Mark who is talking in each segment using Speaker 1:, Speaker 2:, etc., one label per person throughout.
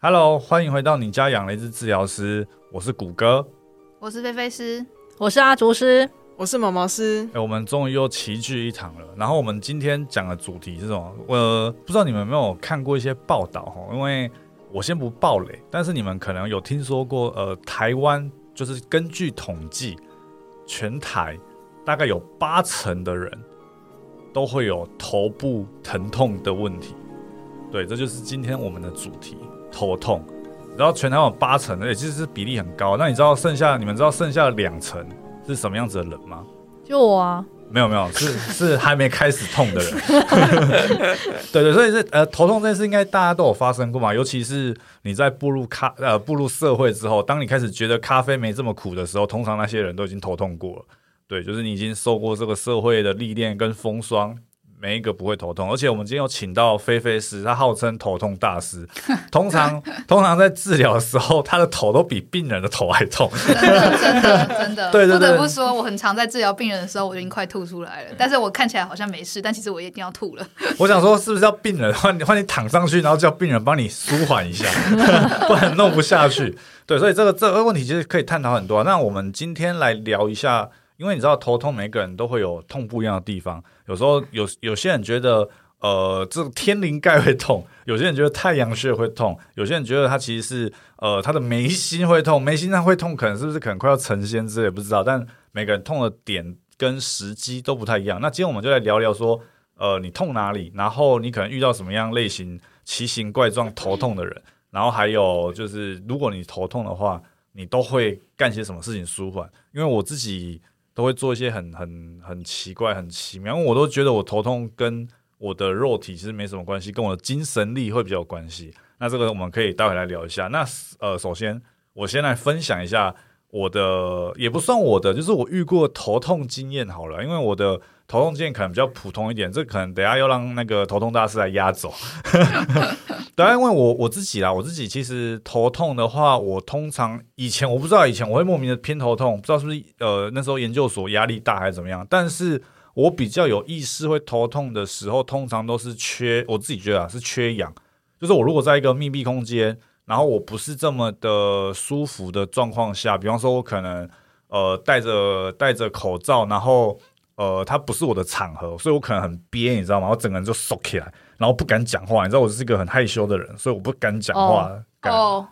Speaker 1: Hello，欢迎回到你家养了一只治疗师，我是谷歌。
Speaker 2: 我是菲菲 师，
Speaker 3: 我是阿竹师，
Speaker 4: 我是毛毛师
Speaker 1: 哎、，我们终于又齐聚一堂了。然后我们今天讲的主题是什么？呃，不知道你们有没有看过一些报道哈？因为我先不爆雷，但是你们可能有听说过，呃，台湾就是根据统计，全台大概有八成的人都会有头部疼痛的问题。对，这就是今天我们的主题，头痛。然后全台湾有八成，也其实是比例很高。那你知道剩下你们知道剩下两成是什么样子的人吗？
Speaker 3: 就我啊，
Speaker 1: 没有没有，是是还没开始痛的人。 对对，所以是呃，头痛这件事应该大家都有发生过嘛，尤其是你在步入咖呃步入社会之后，当你开始觉得咖啡没这么苦的时候，通常那些人都已经头痛过了。对，就是你已经受过这个社会的历练跟风霜。没一个不会头痛，而且我们今天有请到菲菲师，他号称头痛大师。通常通常在治疗的时候，他的头都比病人的头还痛。
Speaker 2: 真的真的真的，
Speaker 1: 对对对
Speaker 2: 不得不说，我很常在治疗病人的时候，我就已经快吐出来了。但是我看起来好像没事，但其实我一定要吐了。
Speaker 1: 我想说，是不是要病人换你换你躺上去，然后叫病人帮你舒缓一下， 不然弄不下去。对，所以这个这个问题其实可以探讨很多啊、那我们今天来聊一下，因为你知道头痛，每个人都会有痛不一样的地方。有时候有有些人觉得，呃，这个天灵盖会痛；有些人觉得太阳穴会痛；有些人觉得他其实是呃他的眉心会痛，眉心上会痛，可能是不是可能快要成仙之类，不知道。但每个人痛的点跟时机都不太一样。那今天我们就来聊聊说。呃，你痛哪里，然后你可能遇到什么样类型奇形怪状头痛的人，然后还有就是，如果你头痛的话，你都会干些什么事情舒缓？因为我自己都会做一些很很很奇怪、很奇妙，因为我都觉得我头痛跟我的肉体其实没什么关系，跟我的精神力会比较有关系。那这个我们可以待会来聊一下。那呃，首先我先来分享一下我的，也不算我的，就是我遇过头痛经验好了，因为我的头痛经验可能比较普通一点，这可能等一下要让那个头痛大师来压轴。 对啊，因为我我自己啦，我自己其实头痛的话，我通常以前我不知道以前我会莫名的偏头痛，不知道是不是呃那时候研究所压力大还是怎么样，但是我比较有意识会头痛的时候，通常都是缺我自己觉得啊是缺氧，就是我如果在一个密闭空间，然后我不是这么的舒服的状况下，比方说我可能呃戴着戴着口罩，然后呃它不是我的场合，所以我可能很憋，你知道吗？我整个人就缩起来，然后不敢讲话，你知道我是一个很害羞的人，所以我不敢讲话。敢
Speaker 2: 哦，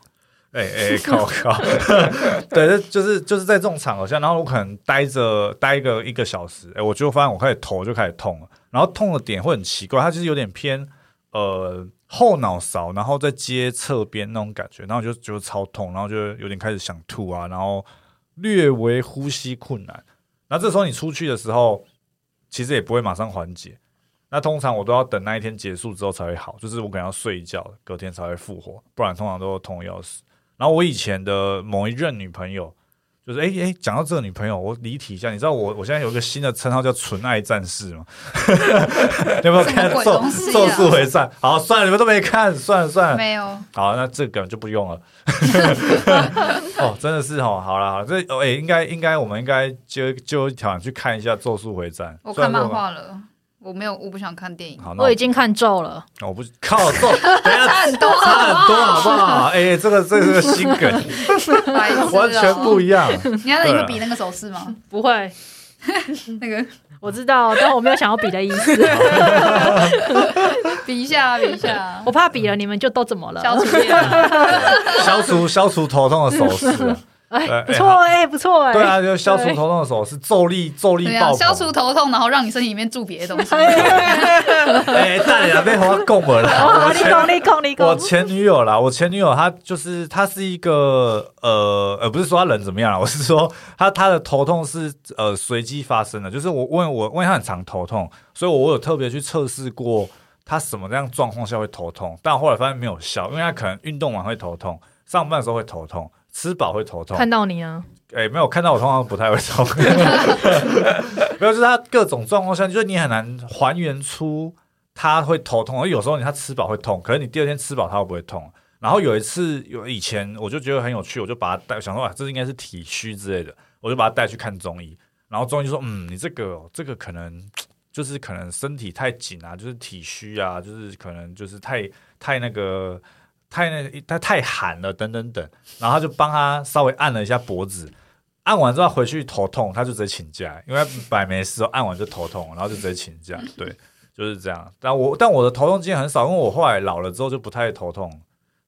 Speaker 1: 哎哎，靠靠， 对，就就是就是在这种场合下，然后我可能待着待个一个小时，哎，我就发现我开始头就开始痛了，然后痛的点会很奇怪，它就是有点偏呃后脑勺，然后再接侧边那种感觉，然后就就超痛，然后就有点开始想吐啊，然后略微呼吸困难。那这时候你出去的时候，其实也不会马上缓解。那通常我都要等那一天结束之后才会好，就是我可能要睡一觉，隔天才会复活，不然通常都痛得要死。然后我以前的某一任女朋友，就是哎哎，讲到这个女朋友，我离题一下，你知道我我现在有一个新的称号叫“纯爱战士”吗？你有没有看
Speaker 2: 什么
Speaker 1: 《
Speaker 2: 鬼
Speaker 1: 咒
Speaker 2: 东西啊
Speaker 1: 咒术回战》？好，算了，你们都没看，算了算了，
Speaker 2: 没有，
Speaker 1: 好，那这个就不用了。哦，真的是哦，好了，好啦这哎、哦诶应该应该我们应该就就想去看一下《咒术回战》。
Speaker 2: 我
Speaker 1: 虽然
Speaker 2: 看
Speaker 1: 说
Speaker 2: 漫。画了，我没有，我不想看电影。
Speaker 1: 好，那
Speaker 3: 我已经看咒了，
Speaker 1: 我不靠咒，等一下差很多， 差很多，好不好？哎、这个这个是个新梗，
Speaker 2: 白痴哦
Speaker 1: 完全不一啊样。
Speaker 2: 你看你会比那个手势吗？
Speaker 3: 不会，
Speaker 1: 嗯
Speaker 2: 那个
Speaker 3: 我知道，但我没有想要比的意思，
Speaker 2: 比一下啊，比一下啊
Speaker 3: 我，怕比了你们就都怎么了？
Speaker 2: 消除啊一下。
Speaker 1: 消除消除头痛的手势、啊，
Speaker 3: 哎，不
Speaker 1: 哎
Speaker 3: 错哎，不错哎，
Speaker 1: 对啊，就消除头痛的手势，咒力咒 力
Speaker 2: 对
Speaker 1: 爆
Speaker 2: 啊，
Speaker 1: 棚。
Speaker 2: 消除头痛，然后让你身体里面住别的 东西。
Speaker 1: 哎，大家被我供了 啦。
Speaker 3: 哦，
Speaker 1: 啊我
Speaker 3: 你
Speaker 1: 前
Speaker 3: 懂你懂你
Speaker 1: 我
Speaker 3: 懂，
Speaker 1: 前女友啦，我前女友她就是她是一个呃呃，不是说她人怎么样啦， 我是说她她的头痛是呃随机发生的，就是我问我因为她很常头痛，所以我有特别去测试过她什么样状况下会头痛，但后来发现没有效，因为她可能运动完会头痛，上班的时候会头痛，吃饱会头痛，
Speaker 3: 看到 你啊，
Speaker 1: 哎、没有看到我通常不太会抽， 没有，就是他各种状况下，就是你很难还原出他会头痛，而有时候你他吃饱会痛，可是你第二天吃饱他会不会痛？然后有一次有以前我就觉得很有趣，我就把他带，想说啊，这应该是体虚之类的，我就把他带去看中医，然后中医就说，嗯，你这个哦这个可能就是可能身体太紧啊，就是体虚啊，就是可能就是太太那个。太那他太寒了，等等等，然后他就帮他稍微按了一下脖子，按完之后回去头痛，他就直接请假，因为他本来没事，按完就头痛，然后就直接请假，对，就是这样。但我但我的头痛经验很少，因为我后来老了之后就不太头痛，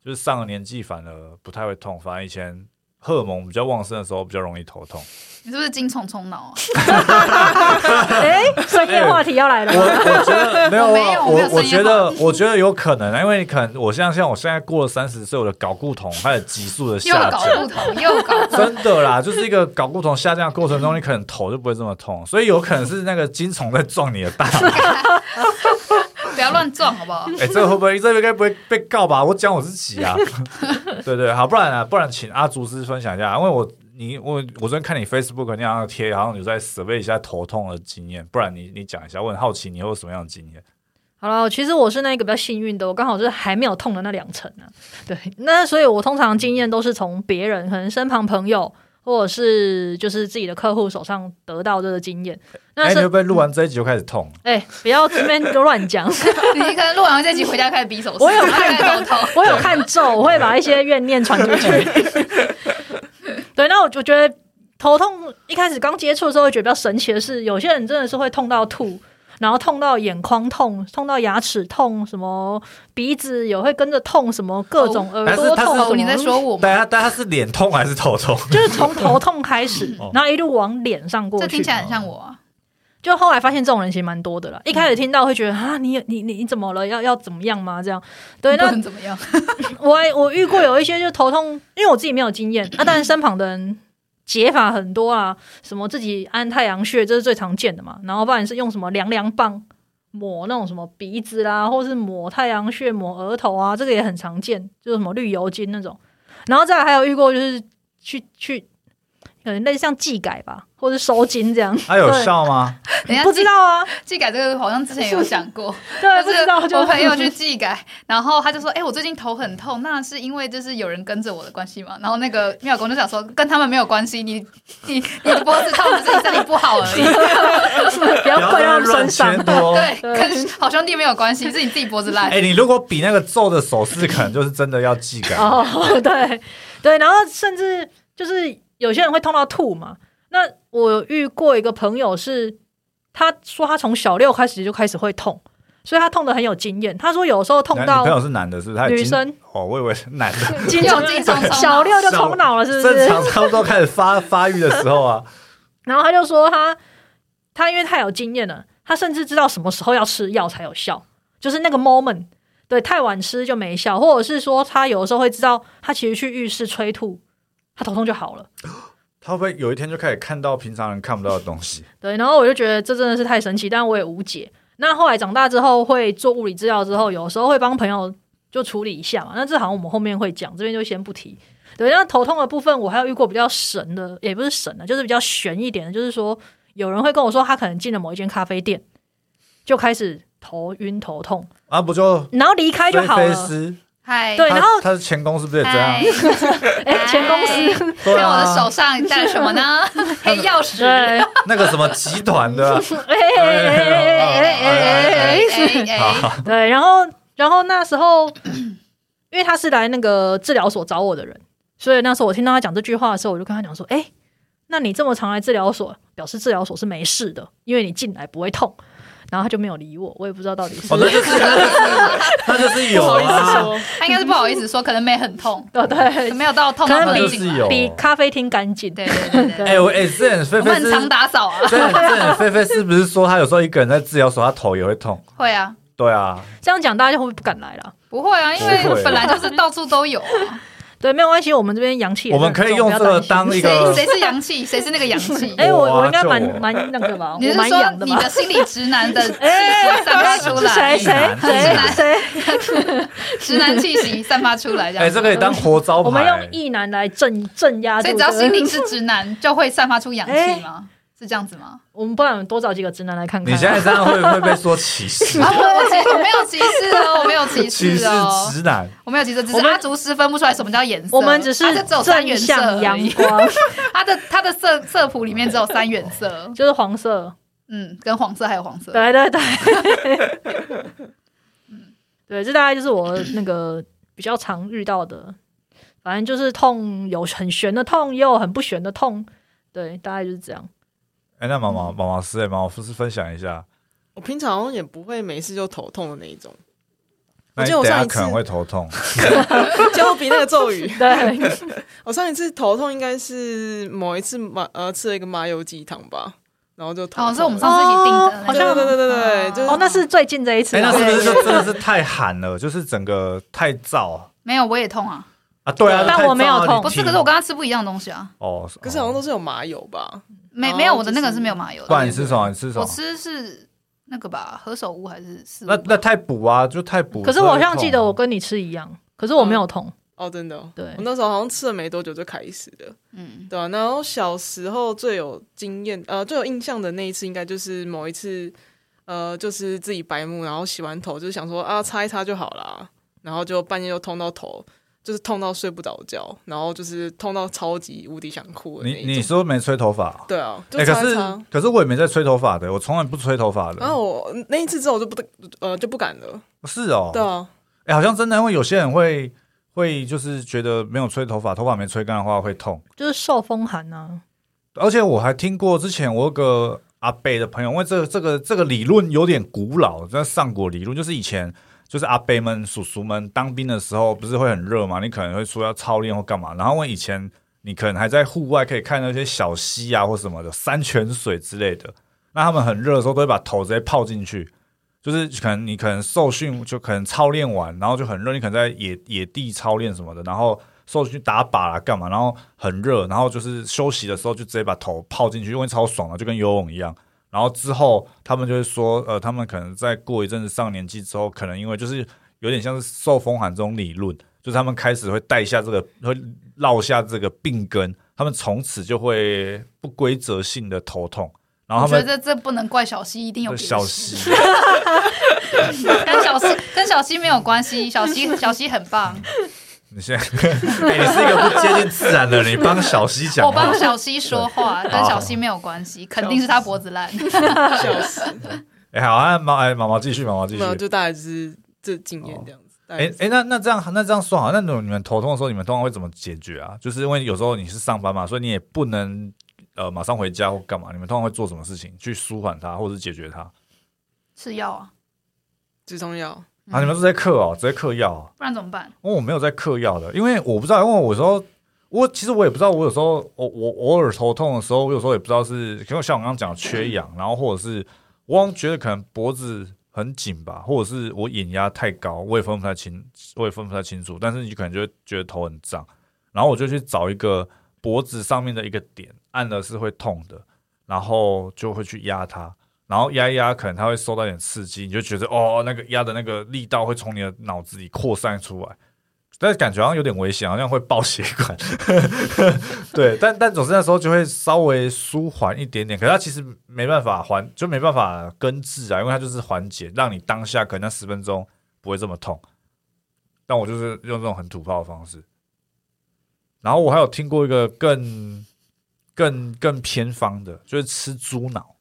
Speaker 1: 就是上了年纪反而不太会痛，反而以前荷尔蒙比较旺盛的时候比较容易头痛。
Speaker 2: 你是不是精虫虫脑啊？
Speaker 3: 哎，深夜话题要来
Speaker 1: 我
Speaker 3: 了，
Speaker 1: 我觉得没有
Speaker 2: 没有
Speaker 1: 啊，
Speaker 2: 没 有
Speaker 1: 我我
Speaker 2: 声音
Speaker 1: 觉得我觉得有可能啊，因为可能我像像我现在过了三十岁，我的睾固酮还有急速的
Speaker 2: 又
Speaker 1: 下
Speaker 2: 搞
Speaker 1: 降
Speaker 2: 不，同，又搞不同
Speaker 1: 真的啦，就是一个睾固酮下降的过程中，你可能头就不会这么痛，所以有可能是那个精虫在撞你的大脑。
Speaker 2: 不要乱撞，好不好？
Speaker 1: 哎、这个会不会这个应该不会被告吧？我讲我自己 啊，对对，好，不然啊，不然请阿竹师分享一下，因为我你我我昨天看你 Facebook 那样的贴，好像有在 survey 一下头痛的经验，不然你你讲一下，我很好奇你会有什么样的经验。
Speaker 3: 好了，其实我是那一个比较幸运的，我刚好就是还没有痛的那两层啊。对，那所以我通常经验都是从别人，可能身旁朋友或者是就是自己的客户手上得到这个经验。那
Speaker 1: 哎、
Speaker 3: 是
Speaker 1: 你会不会录完这一集就开始痛？
Speaker 3: 哎、不要这边就乱讲。
Speaker 2: 你可能录完这集回家开始比手势，
Speaker 3: 我有
Speaker 2: 然后开
Speaker 3: 看
Speaker 2: 始摇头。
Speaker 3: 我有看咒，我会把一些怨念传出去。对，那我就觉得头痛，一开始刚接触的时候，会觉得比较神奇的是，有些人真的是会痛到吐，然后痛到眼眶痛，痛到牙齿痛，什么鼻子也会跟着痛，什么各种耳
Speaker 1: 但是
Speaker 3: 朵
Speaker 1: 他是
Speaker 3: 痛什么。
Speaker 2: 哦，你在说我吗？
Speaker 1: 大家大家是脸痛还是头痛？
Speaker 3: 就是从头痛开始
Speaker 1: 哦，
Speaker 3: 然后一路往脸上过
Speaker 2: 这听
Speaker 3: 去
Speaker 2: 起。来很像我啊。
Speaker 3: 就后来发现这种人其实蛮多的啦。一开始听到会觉得啊，你你你你怎么了？要要怎么样吗？这样对，
Speaker 2: 你
Speaker 3: 那
Speaker 2: 不能怎么样？
Speaker 3: 我还我遇过有一些就头痛，因为我自己没有经验啊，但是身旁的人解法很多啊，什么自己按太阳穴，这是最常见的嘛。然后不然是用什么凉凉棒抹那种什么鼻子啦，或是抹太阳穴、抹额头啊，这个也很常见，就是什么绿油精那种。然后再来还有遇过就是去去，可能类似像技改吧，或是收筋这样。
Speaker 1: 啊 他有
Speaker 3: 对
Speaker 1: 效吗？
Speaker 2: 等一下
Speaker 3: 不知道啊，
Speaker 2: 技改这个好像之前有讲 过，
Speaker 3: 对，不
Speaker 2: 就
Speaker 3: 知
Speaker 2: 是
Speaker 3: 道就
Speaker 2: 我朋友 去技改，然后他就说：“哎、我最近头很痛，那是因为就是有人跟着我的关系嘛。”然后那个妙公就想说：“跟他们没有关系，你你你的脖子痛只是身体不好而已，
Speaker 3: 不要怪
Speaker 1: 在那
Speaker 3: 到
Speaker 1: 边
Speaker 3: 身
Speaker 1: 乱
Speaker 3: 上
Speaker 1: 牵。拖。
Speaker 2: 对，
Speaker 3: 哦对
Speaker 2: 跟好兄弟没有关系，是你自己脖子烂。
Speaker 1: 哎，你如果比那个咒的手势，可能就是真的要技感。
Speaker 3: 哦， 对对，然后甚至就是有些人会痛到吐嘛。那我有遇过一个朋友是，他说他从小六开始就开始会痛，所以他痛的很有经验。他说有时候痛
Speaker 1: 男女
Speaker 3: 到
Speaker 1: 朋友是男的，是不是？他已经
Speaker 3: 女生
Speaker 1: 哦，我以为是男的。
Speaker 3: 经
Speaker 2: 有
Speaker 3: 常
Speaker 2: 经常头脑
Speaker 3: 小六就头脑了，是不
Speaker 1: 正
Speaker 3: 是？
Speaker 1: 常差不多开始发发育的时候啊，
Speaker 3: 然后他就说他他因为太有经验了，他甚至知道什么时候要吃药才有效，就是那个 moment。对，太晚吃就没效，或者是说他有的时候会知道，他其实去浴室催吐，他头痛就好了。
Speaker 1: 他会不会有一天就开始看到平常人看不到的东 西？
Speaker 3: 对，然后我就觉得这真的是太神奇，但我也无解。那后来长大之后会做物理治疗之后，有时候会帮朋友就处理一下嘛。那这好像我们后面会讲，这边就先不提。对，那头痛的部分，我还有遇过比较神的，也不是神啊的，就是比较悬一点的，就是说有人会跟我说，他可能进了某一间咖啡店，就开始头晕头痛，
Speaker 1: 啊，不就
Speaker 3: 然后离开就
Speaker 1: 菲
Speaker 3: 好
Speaker 1: 菲
Speaker 3: 了。
Speaker 1: 斯？”
Speaker 2: 嗨，
Speaker 3: 对
Speaker 1: 他
Speaker 3: 然后
Speaker 1: 他的前公是不是也这样
Speaker 2: 嗨？
Speaker 3: 哎、前公司
Speaker 2: 司
Speaker 1: 对
Speaker 2: 在我的手
Speaker 1: 啊，
Speaker 2: 上戴了什么 呢？黑钥匙。
Speaker 3: 对，哎
Speaker 1: 那个什么集团 的啊，
Speaker 3: 哎哎哎哎哎哎。
Speaker 2: 哎，
Speaker 3: 对，然后然后那时候，因为他是来那个治疗所找我的人，所以那时候我听到他讲这句话的时候，我就跟他讲说：“哎、那你这么常来治疗所，表示治疗所是没事的，因为你进来不会痛。”然后他就没有理我，我也不知道到底是、
Speaker 1: 哦，那就是那就是有啊，
Speaker 2: 他应该是不好意思说，可能没很痛，
Speaker 3: 对对，
Speaker 1: 哦
Speaker 2: 没有到痛
Speaker 3: 可
Speaker 2: 到
Speaker 3: 能
Speaker 1: 那
Speaker 2: 很
Speaker 1: 就
Speaker 2: 紧
Speaker 1: 是
Speaker 2: 来。
Speaker 1: 有。
Speaker 3: 比咖啡厅干净。
Speaker 2: 对对 对对，
Speaker 1: 哎，我哎，之前菲
Speaker 2: 我
Speaker 1: 菲
Speaker 2: 们很
Speaker 1: 斯
Speaker 2: 常打扫啊，
Speaker 1: 对，对，菲菲是不是说她有时候一个人在治疗所，她头也会痛？
Speaker 2: 会啊，
Speaker 1: 对啊，
Speaker 3: 这样讲大家就会不敢来了。
Speaker 2: 不会啊，因
Speaker 1: 不会啊
Speaker 2: 为本来就是到处都有啊，
Speaker 3: 对，没有关系，我们这边阳气也
Speaker 1: 我们
Speaker 3: 是很
Speaker 1: 可以
Speaker 3: 重
Speaker 1: 用这个
Speaker 3: 不要担
Speaker 1: 当
Speaker 3: 心？
Speaker 1: 一
Speaker 2: 谁
Speaker 1: 个
Speaker 2: 谁是阳气，谁是那个阳气
Speaker 3: 哎、我
Speaker 1: 哇
Speaker 3: 我应该
Speaker 1: 就
Speaker 3: 蛮
Speaker 1: 我
Speaker 3: 蛮那个 吧，
Speaker 2: 你
Speaker 3: 我
Speaker 2: 是
Speaker 3: 蛮
Speaker 2: 说
Speaker 3: 痒的
Speaker 2: 你
Speaker 3: 吧
Speaker 2: 的？心理直男 的
Speaker 3: 哎
Speaker 2: 气散 发出
Speaker 3: 谁
Speaker 2: 来，
Speaker 3: 谁谁哎谁？
Speaker 2: 直男气息散发出来这
Speaker 1: 哎，
Speaker 2: 样
Speaker 1: 这
Speaker 2: 子？
Speaker 1: 可以当活招
Speaker 3: 我们
Speaker 1: 牌
Speaker 3: 用。意男来镇镇压
Speaker 2: 所
Speaker 3: 住这
Speaker 2: 以
Speaker 3: 个，
Speaker 2: 只要心灵是直男，就会散发出阳
Speaker 3: 哎
Speaker 2: 气吗？是这样子吗？
Speaker 3: 我们不然多找几个直男来看看。
Speaker 1: 你现在这样会会被说歧 视
Speaker 3: 哦
Speaker 2: 啊，？我我其实我没有歧视哦，我没有歧
Speaker 1: 歧视
Speaker 2: 视哦，
Speaker 1: 直男？
Speaker 2: 我没有歧视，只
Speaker 3: 我
Speaker 2: 是
Speaker 3: 们
Speaker 2: 阿竹师分不出来什么叫颜色，
Speaker 3: 我们只是
Speaker 2: 它就只有三
Speaker 3: 正
Speaker 2: 原色
Speaker 3: 向
Speaker 2: 而
Speaker 3: 阳
Speaker 2: 已，
Speaker 3: 光，
Speaker 2: 它的它的色色谱里面只有三原色，
Speaker 3: 就是黄色。
Speaker 2: 嗯，跟黄色还有黄色，
Speaker 3: 对对对，对，这大概就是我那个比较常遇到的。反正就是痛，有很悬的痛，也有很不悬的痛，对，大概就是这样。
Speaker 1: 哎，那毛毛毛毛师哎，毛毛师分享一下，
Speaker 4: 我平常好像也不会没事就头痛的那一种，
Speaker 1: 那你
Speaker 4: 我记得我
Speaker 1: 等一
Speaker 4: 上
Speaker 1: 下
Speaker 4: 一次
Speaker 1: 可能会头痛。
Speaker 4: 结果比那个咒语。
Speaker 3: 对，
Speaker 4: 我上一次头痛应该是某一次麻呃吃了一个麻油鸡汤吧，然后就头痛了。
Speaker 2: 哦，是我们上次一起定的，
Speaker 3: 好
Speaker 4: 对
Speaker 3: 像
Speaker 4: 对对对对，就是
Speaker 3: 哦，那是最近这一次
Speaker 1: 哎，
Speaker 3: 啊，
Speaker 1: 那是不是就
Speaker 3: 对
Speaker 1: 真的是太寒了？就是整个太燥
Speaker 2: 没有，我也痛啊，
Speaker 1: 啊？对啊，
Speaker 4: 但
Speaker 1: 太燥啊
Speaker 3: 我没有痛
Speaker 1: 你
Speaker 2: 不是，
Speaker 1: 听
Speaker 2: 可是我跟他吃不一样的东西啊，
Speaker 1: 哦，
Speaker 4: 可是好像
Speaker 1: 哦
Speaker 4: 都是有麻油吧？
Speaker 2: 没
Speaker 4: 哦
Speaker 2: 没有，我的
Speaker 4: 就是
Speaker 2: 那个是没有麻油
Speaker 1: 不
Speaker 2: 的，
Speaker 1: 然你吃什么？你吃什
Speaker 2: 我
Speaker 1: 么？
Speaker 2: 吃是那个吧，何首乌还是四物
Speaker 1: 那那太补啊，就太补。
Speaker 3: 可是我好像
Speaker 1: 痛啊
Speaker 3: 记得我跟你吃一样，可是我没有痛，
Speaker 4: 哦，真的哦、
Speaker 3: 对
Speaker 1: 嗯
Speaker 4: 我那时候好像吃了没多久就开始的，
Speaker 2: 嗯，
Speaker 4: 对啊，然后小时候最有经验，呃，最有印象的那一次，应该就是某一次，呃，就是自己白目，然后洗完头，就是想说啊，擦一擦就好啦，然后就半夜又痛到头，就是痛到睡不着觉，然后就是痛到超级无敌想哭的那
Speaker 1: 你
Speaker 4: 一
Speaker 1: 你
Speaker 4: 种。
Speaker 1: 说没吹头发哦？
Speaker 4: 对啊，就
Speaker 1: 哎，可
Speaker 4: 擦一
Speaker 1: 是
Speaker 4: 擦。
Speaker 1: 可是我也没在吹头发的，我从来不吹头发的。
Speaker 4: 然后我那一次之后我就不得呃就不敢了，
Speaker 1: 是哦，
Speaker 4: 对啊，
Speaker 1: 哎、好像真的，因为有些人会会就是觉得没有吹头发，头发没吹干的话会痛。
Speaker 3: 就是受风寒啊。
Speaker 1: 而且我还听过之前我有个阿贝的朋友，因为这个这个这个理论有点古老，在上古理论就是以前就是阿贝们、叔叔们当兵的时候不是会很热嘛，你可能会说要操练或干嘛，然后因为以前你可能还在户外可以看到一些小溪啊或什么的山泉水之类的，那他们很热的时候都会把头直接泡进去。就是可能你可能受训就可能操练完，然后就很热，你可能在野野地操练什么的，然后受训打靶啦干嘛，然后很热，然后就是休息的时候就直接把头泡进去，因为超爽的，就跟游泳一样。然后之后他们就会说，呃，他们可能再过一阵子上年纪之后，可能因为就是有点像是受风寒这种理论，就是他们开始会带下这个，会落下这个病根，他们从此就会不规则性的头痛，然后
Speaker 2: 我
Speaker 1: 他
Speaker 2: 觉
Speaker 1: 们
Speaker 2: 得这不能怪小溪，一定有别的
Speaker 1: 小
Speaker 2: 事
Speaker 1: 息。
Speaker 2: 跟小溪跟小溪没有关系，小溪 小溪很棒，
Speaker 1: 你现在， 哎你是一个不接近自然的人，你帮小溪讲
Speaker 2: 我
Speaker 1: 话
Speaker 2: 帮。小溪说话，跟小溪没有关系，肯定是他脖子烂。
Speaker 4: 笑 死，
Speaker 1: 哎、好啊，毛哎毛毛继续，毛毛继续
Speaker 4: 没。有，就大概就是这经验这样子。大
Speaker 1: 哎
Speaker 4: 概
Speaker 1: 哎
Speaker 4: 是、
Speaker 1: 那那这样那这样算好，那你们你们头痛的时候，你们通常会怎么解决啊？就是因为有时候你是上班嘛，所以你也不能呃马上回家或干嘛，你们通常会做什么事情去舒缓它，或者是解决它？
Speaker 2: 吃药啊，
Speaker 4: 止痛药，
Speaker 1: 啊，你们是在嗑哦，直接嗑药、哦。
Speaker 2: 不然怎么办？
Speaker 1: 因为我没有在嗑药的，因为我不知道，因为我有时候我其实我也不知道，我有时候我我偶尔头痛的时候，我有时候也不知道是，可能像我刚刚讲的缺氧，然后或者是我好像觉得可能脖子很紧吧，或者是我眼压太高，我也分不太清，我也分不太清楚，但是你可能就会觉得头很胀，然后我就去找一个脖子上面的一个点，按了是会痛的，然后就会去压它。然后压一压，可能它会受到一点刺激，你就觉得哦，那个压的那个力道会从你的脑子里扩散出来，但是感觉好像有点危险，好像会爆血管。 对，但但总之那时候就会稍微舒缓一点点，可是它其实没办法缓，就没办法根治啊，因为它就是缓解，让你当下可能那十分钟不会这么痛。但我就是用这种很土炮的方式。然后我还有听过一个更更更偏方的，就是吃猪脑，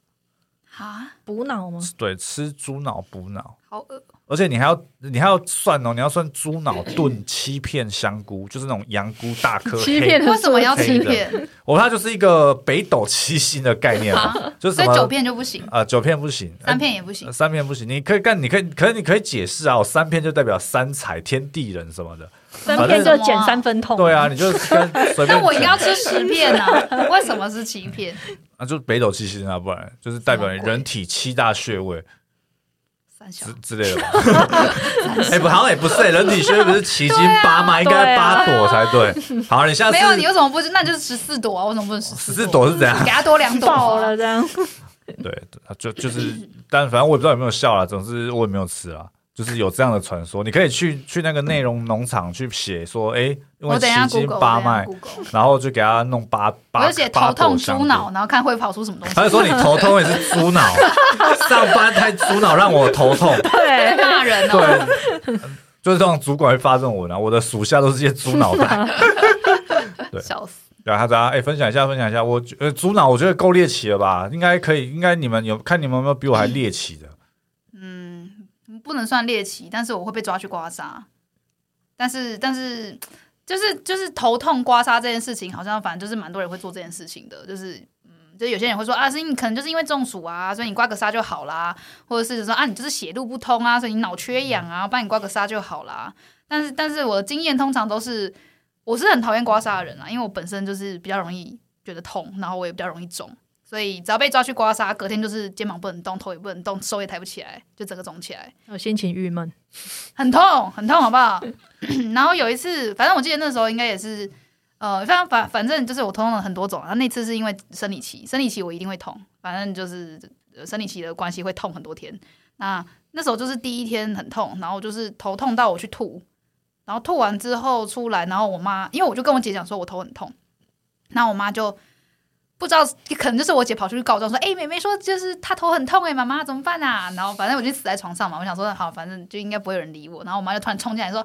Speaker 2: 啊，
Speaker 3: 补脑吗？
Speaker 1: 对，吃猪脑补脑。
Speaker 2: 好饿，
Speaker 1: 而且你还要你还要算哦，你要算猪脑炖七片香菇，就是那种羊菇大颗
Speaker 3: 欺
Speaker 1: 黑
Speaker 3: 骗
Speaker 2: 为什么要
Speaker 1: 黑
Speaker 2: 欺
Speaker 1: 的
Speaker 2: 骗？
Speaker 1: 我它就是一个北斗七星的概念嘛，就是什
Speaker 2: 啊所以
Speaker 1: 么
Speaker 2: 九片就不行，
Speaker 1: 啊、九片不行，
Speaker 2: 三片也不行
Speaker 1: 呃、。三片不行，你可以干，你可以，可是你可以解释啊，我三片就代表三才天地人什么的，
Speaker 3: 三片就减三分痛。
Speaker 1: 对啊，，你就跟随
Speaker 2: 哦 那
Speaker 1: 便
Speaker 2: 我应该
Speaker 1: 讲
Speaker 2: 要吃十片啊？为什么是七片？
Speaker 1: 啊，就是北斗七星啊，不然就是代表你
Speaker 2: 什么鬼
Speaker 1: 人体七大穴位
Speaker 2: 三小
Speaker 1: 之之类的吧。 哎、不，好像也不是、人体穴位不是七经八脉，应该八朵才对。好，你下次
Speaker 2: 啊没有，你为什么不是？那就是十四朵啊？为什么不能十
Speaker 1: 十四朵是怎样？
Speaker 2: 给他多两朵啊
Speaker 3: 爆了 这样。
Speaker 1: 对，就就是，但反正我也不知道有没有效啦，总之我也没有吃啦。就是有这样的传说，你可以去去那个内容农场去写说，哎、因为
Speaker 2: 我等一下
Speaker 1: 七经
Speaker 2: Google，
Speaker 1: 八
Speaker 2: 我等一下
Speaker 1: 脉，
Speaker 2: Google
Speaker 1: 然后就给他弄八八
Speaker 2: 我就写
Speaker 1: 八
Speaker 2: 头痛
Speaker 1: 朵香
Speaker 2: 猪脑，
Speaker 1: 菇，
Speaker 2: 然后看会跑出什么 东西。
Speaker 1: 他就说你头痛也是 猪脑，上班太猪脑让我头痛，
Speaker 3: 对，
Speaker 2: 骂人哦，
Speaker 1: 对，就是这种主管会发这种文啊，我的属下都是些猪脑 袋。对
Speaker 2: 笑死！
Speaker 1: 然后大家哎，分享一下，分享一下，我觉呃猪脑我觉得够猎奇了吧？应该可以，应该你们有看你们有没有比我还猎奇的？
Speaker 2: 嗯，不能算猎奇，但是我会被抓去刮痧。但是但是就是就是头痛刮痧这件事情，好像反正就是蛮多人会做这件事情的，就是。嗯，就有些人会说啊，是你可能就是因为中暑啊，所以你刮个痧就好啦，或者是说啊，你就是血路不通啊，所以你脑缺氧啊，帮你刮个痧就好啦。但是，但是我的经验通常都是，我是很讨厌刮痧的人啊，因为我本身就是比较容易觉得痛，然后我也比较容易肿，所以只要被抓去刮痧，隔天就是肩膀不能动，头也不能动，手也抬不起来，就整个肿起来。
Speaker 3: 我心情郁闷，
Speaker 2: 很痛，很痛，好不好？ 然后有一次，反正我记得那时候应该也是，呃，反反反正就是我痛了很多种啊。然后那次是因为生理期，生理期我一定会痛，反正就是呃生理期的关系会痛很多天。那那时候就是第一天很痛，然后就是头痛到我去吐，然后吐完之后出来，然后我妈因为我就跟我姐讲说我头很痛，那我妈就。不知道，可能就是我姐跑出去告状说：“哎、妹妹说就是她头很痛哎、妈妈怎么办啊？”然后反正我就死在床上嘛，我想说好，反正就应该不会有人理我。然后我妈就突然冲进来说：“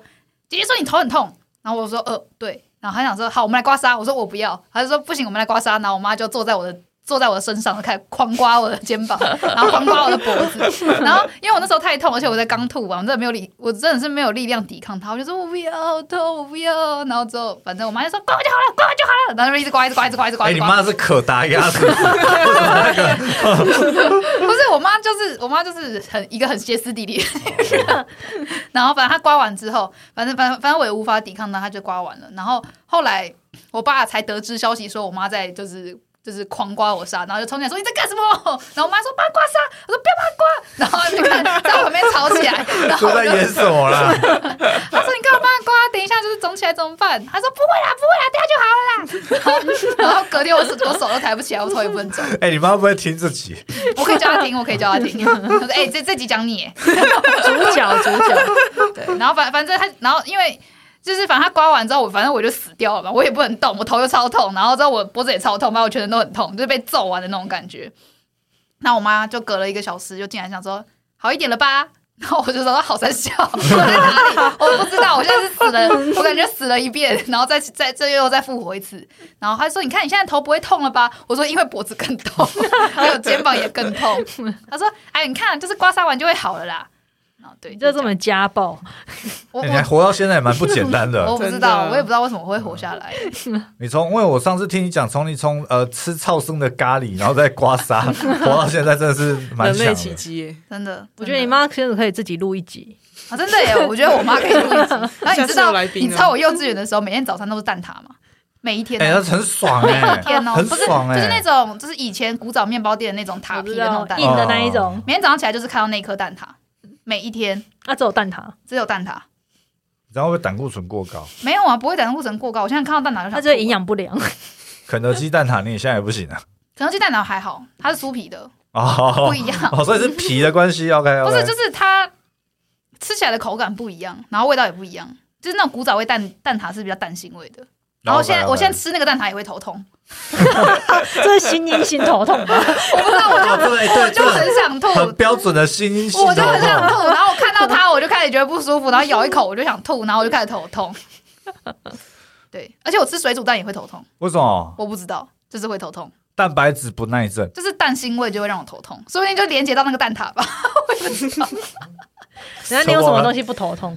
Speaker 2: 姐姐说你头很痛。”然后我说：“呃，对。”然后她想说：“好，我们来刮痧。”我说：“我不要。”她就说：“不行，我们来刮痧。”然啊后我妈就坐在我的坐在我的身上，开始狂刮我的肩膀，然后狂刮我的脖子。然后因为我那时候太痛，而且我在刚吐完，我真的没有力，我真的是没有力量抵抗它。我就说：“我不要，好痛，我不要。”然后之后，反正我妈就说：“刮我就好了，刮我就好了。”然后就一直刮，一直刮，一直刮，一直刮。
Speaker 1: 哎，
Speaker 2: 一
Speaker 1: 你
Speaker 2: 直刮
Speaker 1: 妈是可达鸭 子，
Speaker 2: 不是我妈，就是我妈，就是很一个很歇斯底里。然后反正她刮完之后，反正反正反正我也无法抵抗，那她就刮完了。然后后来我爸才得知消息，说我妈在就是 就是狂刮我痧，然后就冲进来说你在干什么？然后我妈说帮她刮痧，我说不要帮她刮，然后就看在我旁边吵起 来，然
Speaker 1: 都
Speaker 2: 后我
Speaker 1: 在
Speaker 2: 就
Speaker 1: 演什么啦？
Speaker 2: 他说：“你干嘛帮他刮？等一下就是肿起来怎么办？”他说：“不会啦，不会 啦，等一下就好了啦。然后”然后隔天我手我手都抬不起来，我头也不能肿。
Speaker 1: 哎，你妈会不会听自己？
Speaker 2: 我可以叫他听，我可以叫他听。 他说：“哎、这这集讲你。”
Speaker 3: 主角主 角，
Speaker 2: 对，然后反反正他，然后因为就是反正他刮完之后，我反正我就死掉了嘛，我也不能动，我头又超痛，然后之后我脖子也超痛，把我全身都很痛，就是被揍完的那种感觉。那我妈就隔了一个小时就进来，想说好一点了吧。然后我就说好三笑，我在哪里？我不知道，我现在是死了，我感觉死了一遍，然后再再这又再复活一次。然后她说：“你看你现在头不会痛了吧？”我说：“因为脖子更痛， 还有肩膀也更痛。”她说：“哎，你看，就是刮痧完就会好了啦。”然后对，
Speaker 3: 你就这么家暴，
Speaker 2: 我
Speaker 1: 哎
Speaker 2: 我
Speaker 1: 你还活到现在也蛮不简单的。
Speaker 2: 我不知
Speaker 4: 真
Speaker 2: 道，
Speaker 4: 的
Speaker 2: 我也不知道为什么我会活下来。
Speaker 1: 你从，因为我上次听你讲，从你从呃吃超生的咖喱，然后再刮痧，活到现在真的是蛮
Speaker 4: 人
Speaker 1: 强
Speaker 4: 类奇
Speaker 1: 的。
Speaker 4: 迹耶，
Speaker 2: 真的，
Speaker 3: 我觉得你
Speaker 2: 真的
Speaker 3: 妈真的可以自己录一集，
Speaker 2: 啊，真的耶！我觉得我妈可以录一集。 然后
Speaker 4: 下
Speaker 2: 你知
Speaker 4: 次有
Speaker 2: 道，
Speaker 4: 来
Speaker 2: 你
Speaker 4: 宾
Speaker 2: 知道
Speaker 4: 啊
Speaker 2: 我，幼稚园的时候，每天早餐都是蛋挞吗？每一天
Speaker 1: 哎，
Speaker 2: 哦，
Speaker 1: 那很爽
Speaker 2: 每
Speaker 1: 哎
Speaker 2: 一，天哦，
Speaker 1: 很
Speaker 2: 不是，
Speaker 1: 爽
Speaker 2: 就是那
Speaker 1: 哎。
Speaker 2: 种，就是以前古早面包店的那种塔
Speaker 3: 我
Speaker 2: 皮
Speaker 3: 知
Speaker 2: 的那
Speaker 3: 道
Speaker 2: 种蛋挞
Speaker 3: 硬。的那一
Speaker 1: 哦
Speaker 3: 种，
Speaker 2: 每天早上起来就是看到那颗蛋挞，每一天
Speaker 3: 啊，只有蛋挞，
Speaker 2: 只有蛋挞，
Speaker 1: 然后会不会胆固醇过高，
Speaker 2: 没有啊，不会胆固醇过高。我现在看到蛋挞就想，
Speaker 3: 它这营，养不良，
Speaker 1: 肯德基蛋挞你现在也不行啊。
Speaker 2: 可能鸡蛋挞还好，它是酥皮的，
Speaker 1: 哦
Speaker 2: 不，一样。
Speaker 1: 哦，所以是皮的关系。OK，
Speaker 2: 不是，就是它吃起来的口感不一样，然后味道也不一样，就是那种古早味蛋蛋挞是比较蛋腥味的。然哦后现在我现在吃那个蛋挞也会头痛，
Speaker 3: 这是新阴性头痛 吧？
Speaker 2: 我不知道，我就
Speaker 1: 哦对对
Speaker 2: 我就很想吐，
Speaker 1: 很标准的新英
Speaker 2: 我就很想吐，然后我看到它我就开始觉得不舒服，然后咬一口我就想吐，然后我就开始头 痛。对，而且我吃水煮蛋也会头痛，
Speaker 1: 为什么
Speaker 2: 我不知道，就是会头痛，
Speaker 1: 蛋白质不耐症？
Speaker 2: 就是蛋腥味就会让我头痛，说不定就连接到那个蛋挞吧。啊
Speaker 3: 然后你有什么东西不头痛？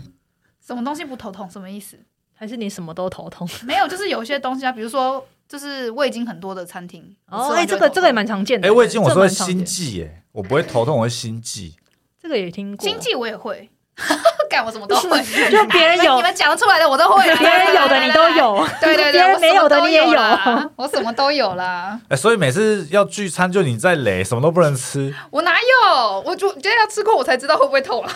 Speaker 2: 什么东西不头痛？什么意思？
Speaker 3: 还是你什么都头痛？
Speaker 2: 没有，就是有些东西啊，比如说就是味精很多的餐厅，
Speaker 3: 哦，
Speaker 2: 我吃
Speaker 3: 哎、
Speaker 2: 完就
Speaker 3: 这
Speaker 2: 会
Speaker 3: 个
Speaker 2: 头
Speaker 3: 这个也
Speaker 2: 痛
Speaker 3: 蛮常见的。
Speaker 1: 哎，我已经我
Speaker 3: 这
Speaker 1: 说
Speaker 3: 蛮
Speaker 1: 会
Speaker 3: 常
Speaker 1: 心
Speaker 3: 见
Speaker 1: 悸耶，我不会头痛，我会心悸。
Speaker 3: 这个也听过。
Speaker 2: 经济我也会， 干我什么都 会，
Speaker 3: 就别人
Speaker 2: 你们
Speaker 3: 有
Speaker 2: 你，们讲出来的我都 会啦，
Speaker 3: 别人有的你都有。
Speaker 2: 对，对对
Speaker 3: 别
Speaker 2: 对，
Speaker 3: 人
Speaker 2: 我
Speaker 3: 没
Speaker 2: 什么
Speaker 3: 有的
Speaker 2: 都
Speaker 3: 你也
Speaker 2: 有
Speaker 3: 有啊
Speaker 2: 啦，我什么都有啦，
Speaker 1: 哎，所以每次要聚餐就你在累，什么都不能吃。
Speaker 2: 我哪有？我就觉得要吃过我才知道会不会痛啊！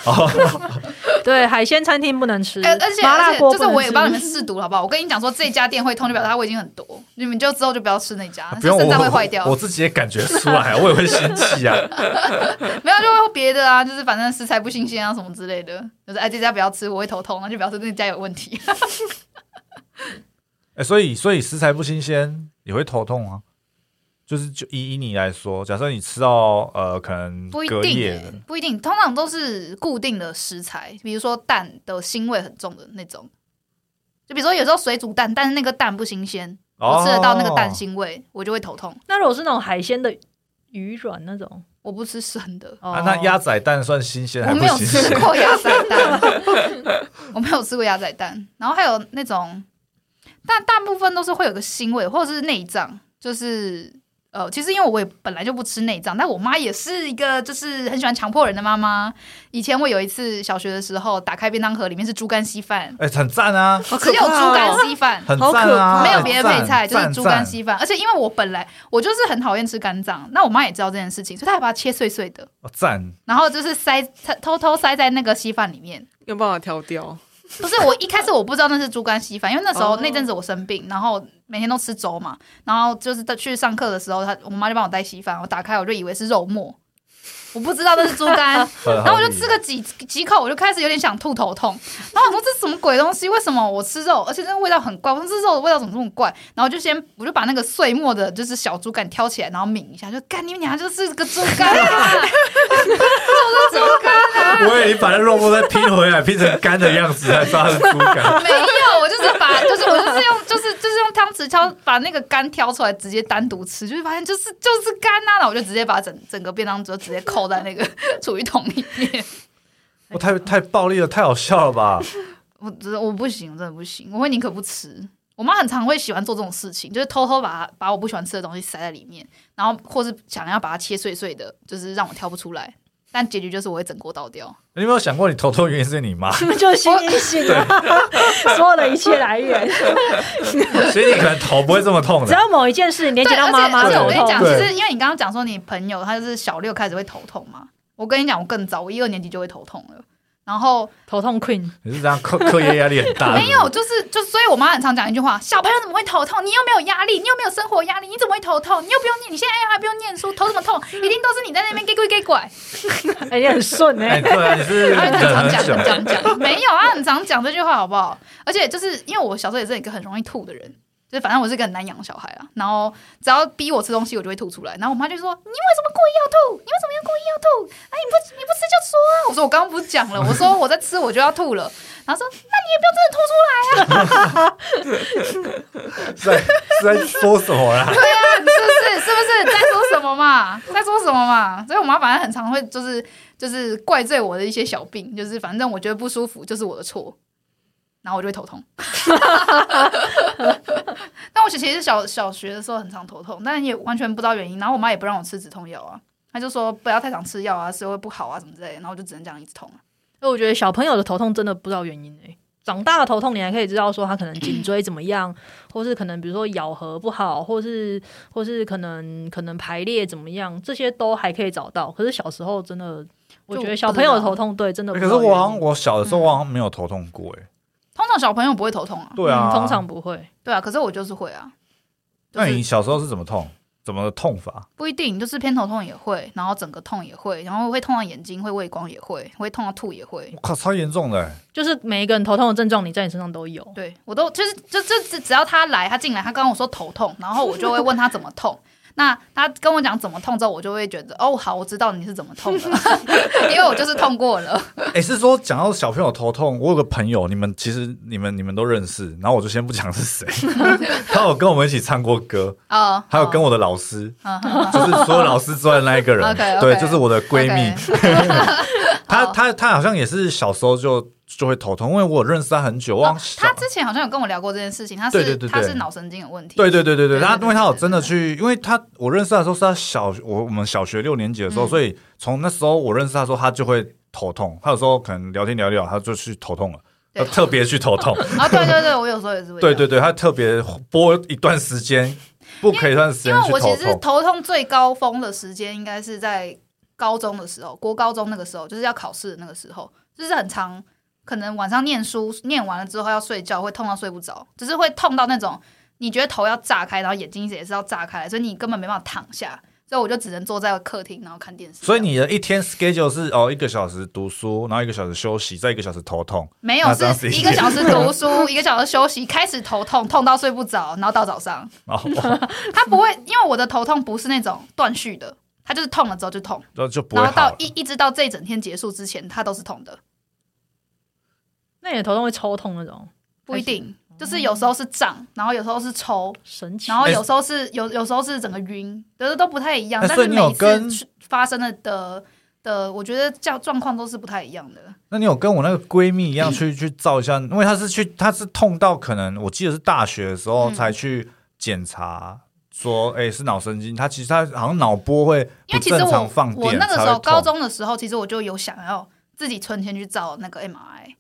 Speaker 3: 对，海鲜餐厅不能吃，
Speaker 2: 呃而而且
Speaker 3: 嗯麻
Speaker 2: 而
Speaker 3: 辣
Speaker 2: 且
Speaker 3: 锅
Speaker 2: 就是
Speaker 3: 不能
Speaker 2: 我也
Speaker 3: 吃
Speaker 2: 帮你们试毒好不好？我跟你讲说这家店会痛，就表示它味精很多，你们就之后就不要吃那家，
Speaker 1: 啊不
Speaker 2: 就
Speaker 1: 用
Speaker 2: 肾脏会
Speaker 1: 我
Speaker 2: 坏掉
Speaker 1: 我，。我自己也感觉出来，我也会心悸啊。
Speaker 2: 没有就会别的啊，就是反正食材不新鲜啊什么之类的，就是哎这家不要吃，我会头痛，那就表示那家有问题。
Speaker 1: 哎、所以所以食材不新鲜也会头痛啊。就是就以以你来说，假设你吃到呃可能
Speaker 2: 不一
Speaker 1: 隔
Speaker 2: 定、
Speaker 1: 夜
Speaker 2: 欸
Speaker 1: 的，
Speaker 2: 不一定，通常都是固定的食材，比如说蛋的腥味很重的那种。就比如说有时候水煮蛋，但是那个蛋不新鲜，我吃得到那个蛋
Speaker 1: 哦
Speaker 2: 腥味，我就会头痛。
Speaker 3: 那如果是那种海鲜的鱼软那种。
Speaker 2: 我不吃生的，
Speaker 3: 哦
Speaker 1: 啊，那鸭仔蛋算新鲜还
Speaker 2: 我
Speaker 1: 不
Speaker 2: 没有
Speaker 1: 新
Speaker 2: 吃
Speaker 1: 鲜？
Speaker 2: 过鸭仔蛋， 我没有吃过鸭仔蛋。然后还有那种，但大部分都是会有个腥味，或者是内脏，就是呃，其实因为我也本来就不吃内脏，但我妈也是一个就是很喜欢强迫人的妈妈。以前我有一次小学的时候，打开便当盒，里面是猪肝稀饭，
Speaker 1: 哎，很赞啊，
Speaker 4: 好
Speaker 2: 只
Speaker 4: 可
Speaker 2: 有
Speaker 4: 怕
Speaker 2: 猪肝
Speaker 4: 哦
Speaker 2: 稀饭。
Speaker 1: 很
Speaker 4: 好
Speaker 1: 赞
Speaker 4: 可怕
Speaker 1: 啊，
Speaker 2: 没有别的配菜，
Speaker 1: 赞
Speaker 2: 就是猪肝。
Speaker 1: 赞
Speaker 2: 稀饭。而且因为我本来我就是很讨厌吃肝脏，那我妈也知道这件事情，所以她还把它切碎碎的，
Speaker 1: 赞哦赞，
Speaker 2: 然后就是塞偷偷塞在那个稀饭里面。
Speaker 4: 有办法挑掉。
Speaker 2: 不是我一开始我不知道那是猪肝稀饭，因为那时候
Speaker 4: 哦
Speaker 2: 那阵子我生病，然后每天都吃粥嘛，然后就是在去上课的时候，他我妈就帮我带稀饭，我打开我就以为是肉末，我不知道那是猪肝，
Speaker 1: 然
Speaker 2: 然后我就吃个几几口，我就开始有点想吐头痛，然后我说这什么鬼东西？为什么我吃肉，而且那个味道很怪？我说这肉的味道怎么这么怪？然后我就先我就把那个碎末的，就是小猪肝挑起来，然后抿一下，就干你们娘，就是个猪肝啊， 就是猪肝啊。
Speaker 1: 我以为你把那肉末再拼回来，拼成干的样子，才知道它是猪肝。
Speaker 2: 没有，我就是把，就是我就是用，就是就是用汤匙挑把那个干挑出来，直接单独吃，就是发现就是就是干呐、然后我就直接把整整个便当桌直接扣在那个储鱼桶里面。
Speaker 1: 我 太太暴力了，太好笑了吧？
Speaker 2: 我真的我不行，真的不行，我会宁可不吃。我妈很常会喜欢做这种事情，就是偷偷把把我不喜欢吃的东西塞在里面，然后或是想要把它切碎碎的，就是让我挑不出来。但结局就是我会整锅倒掉。
Speaker 1: 你有没有想过，你头痛原因是你 妈？
Speaker 3: 是不是就是心理性啊？所有的一切 来源，
Speaker 1: 所以你可能头不会这么痛
Speaker 3: 只
Speaker 1: 的。
Speaker 3: 要某一件事你连
Speaker 2: 对，
Speaker 3: 接到妈妈
Speaker 2: 而
Speaker 3: 头
Speaker 2: 且而且我
Speaker 1: 头
Speaker 2: 跟你讲，
Speaker 3: 痛，
Speaker 2: 其
Speaker 1: 对
Speaker 2: 实因为你刚刚讲说你朋友他就是小六开始会头痛嘛，我跟你讲，我更早，我一二年级就会头痛了。然后
Speaker 3: 头痛 queen，
Speaker 1: 你是这样课课业压力很
Speaker 3: 啊
Speaker 1: 大？
Speaker 2: 没有，就是就所以我妈很常讲一句话：小朋友怎么会头痛？你又没有压力，你又没有生活压力，你怎么会头痛？你又不用念，你现在还不用念书，头怎么痛？一定都是你在那边给鬼给拐。
Speaker 3: 哎，你很顺
Speaker 1: 哎，
Speaker 3: 哎，
Speaker 1: 对啊，你是
Speaker 2: 他
Speaker 1: 忍
Speaker 2: 很常
Speaker 1: 很
Speaker 2: 讲，
Speaker 1: 久
Speaker 2: 很。常讲，没有啊，很常讲这句话，好不好？而且就是因为我小时候也是一个很容易吐的人，就是反正我是个很难养的小孩啊。然后只要逼我吃东西，我就会吐出来。然后我妈就说：“你为什么故意要吐？你为什么要故意要吐？哎，你不你不吃就说啊！”我说：“我刚刚不是讲了，我说我在吃我就要吐了。”然后说：“那你也不要真的吐出来
Speaker 1: 是在是在说什么啦？
Speaker 2: 啊，你是不是？是不是在说什么嘛？ 在说什么嘛？”所以我妈反正很常会就是就是怪罪我的一些小病，就是反正我觉得不舒服就是我的错。然后我就会头痛。 但我其实小小学的时候很常头痛，但也完全不知道原因。然后我妈也不让我吃止痛药啊，她就说不要太常吃药啊，所以会不好啊什么之类的。然后我就只能这样一直痛啊。
Speaker 3: 所以哎我觉得小朋友的头痛真的不知道原因哎、长大的头痛你还可以知道说他可能颈椎怎么样，或是可能比如说咬合不好，或是或是可能可能排列怎么样，这些都还可以找到。可是小时候真的，我觉得小朋友的头痛对真的不
Speaker 1: 哎可
Speaker 3: 知
Speaker 1: 是
Speaker 3: 道原因，
Speaker 1: 我好像我小的时候，我好像没有头痛过哎。
Speaker 2: 通常小朋友不会头痛啊，
Speaker 1: 对啊，
Speaker 3: 嗯通常不会。
Speaker 2: 对啊，可是我就是会啊，就
Speaker 1: 那
Speaker 2: 是
Speaker 1: 你小时候是怎么痛？怎么痛法？
Speaker 2: 不一定，就是偏头痛也会，然后整个痛也会，然后会痛到眼睛，会畏光也会，会痛到吐也会。
Speaker 1: 我靠，超严重的欸！
Speaker 3: 就是每一个人头痛的症状，你在你身上都有。
Speaker 2: 对我都就是就就只只要他来，他进来，他跟我说头痛，然后我就会问他怎么痛。那他跟我讲怎么痛之后，我就会觉得哦，好，我知道你是怎么痛了， 因为我就是痛过 了。
Speaker 1: 哎，是说讲到小朋友头痛，我有个朋友，你们其实你们你们都认识，然后我就先不讲是 谁，他有跟我们一起唱过歌，
Speaker 2: 哦，
Speaker 1: 还有跟我的老师，
Speaker 2: 嗯，嗯嗯
Speaker 1: 就是除了老师之外的那一个
Speaker 2: OK，OK
Speaker 1: 人，对，就是我的闺蜜。她
Speaker 2: 好
Speaker 1: 她她好像也是小时候就就会头痛，因为我有认识她很久，我好像小
Speaker 2: 他之前好像有跟我聊过这件事情，他
Speaker 1: 对
Speaker 2: 是
Speaker 1: 对对对
Speaker 2: 他是脑神经有问题，
Speaker 1: 对对对对对，
Speaker 2: 对
Speaker 1: 她
Speaker 2: 对对
Speaker 1: 因为她有
Speaker 2: 对对
Speaker 1: 真的去，因为她我认识她的时候是她小我我们小学六年级的时候，
Speaker 2: 嗯
Speaker 1: 所以从那时候我认识她的时候，她就会头痛，她有时候可能聊天聊一聊，她就去头痛了，
Speaker 2: 对
Speaker 1: 她特别去头痛，
Speaker 2: 啊，对对对，我有时候也是会这
Speaker 1: 对
Speaker 2: 样，
Speaker 1: 对对，她特别播一段时 间，不可以一段时
Speaker 2: 因
Speaker 1: 间
Speaker 2: 为
Speaker 1: 去头
Speaker 2: 我其实
Speaker 1: 痛，
Speaker 2: 头痛最高峰的时间应该是在高中的时候，国高中那个时候，就是要考试的那个时候，就是很长，可能晚上念书念完了之后要睡觉，会痛到睡不着，就是会痛到那种你觉得头要炸开，然后眼睛也是要炸开来，所以你根本没办法躺下，所以我就只能坐在客厅然后看电视。
Speaker 1: 所以你的一天 schedule 是哦一个小时读书，然后一个小时休息，再一个小时头痛。
Speaker 2: 没有
Speaker 1: 那这样
Speaker 2: 是
Speaker 1: 子
Speaker 2: 一个小时读书，一 个小时休息，开始头痛，痛到睡不着，然后到早上。
Speaker 1: 然后
Speaker 2: 它不会，因为我的头痛不是那种断续的，它就是痛了之后就痛。
Speaker 1: 然后就不会
Speaker 2: 然后
Speaker 1: 好
Speaker 2: 到。一一直到这一整天结束之前，它都是痛的，
Speaker 3: 那你的头痛会抽痛那种？
Speaker 2: 不一定。就是有时候是胀，然后有时候是抽，
Speaker 3: 神奇。
Speaker 2: 然后有时候是有有时候是整个晕，就是都不太一样。
Speaker 1: 哎
Speaker 2: 但
Speaker 1: 所以
Speaker 2: 是
Speaker 1: 你有
Speaker 2: 每
Speaker 1: 跟
Speaker 2: 次发生的的的，我觉得叫状况都是不太一样的。
Speaker 1: 那你有跟我那个闺蜜一样 去、去照一下？因为她是去，她是痛到可能我记得是大学的时候
Speaker 2: 嗯
Speaker 1: 才去检查，说哎、诶是脑神经，她其实她好像脑波会不
Speaker 2: 因为其实
Speaker 1: 正常
Speaker 2: 我
Speaker 1: 放电，
Speaker 2: 我那个时
Speaker 1: 才会
Speaker 2: 候
Speaker 1: 痛
Speaker 2: 高中的时候，其实我就有想要自己存钱去照那个 MRI，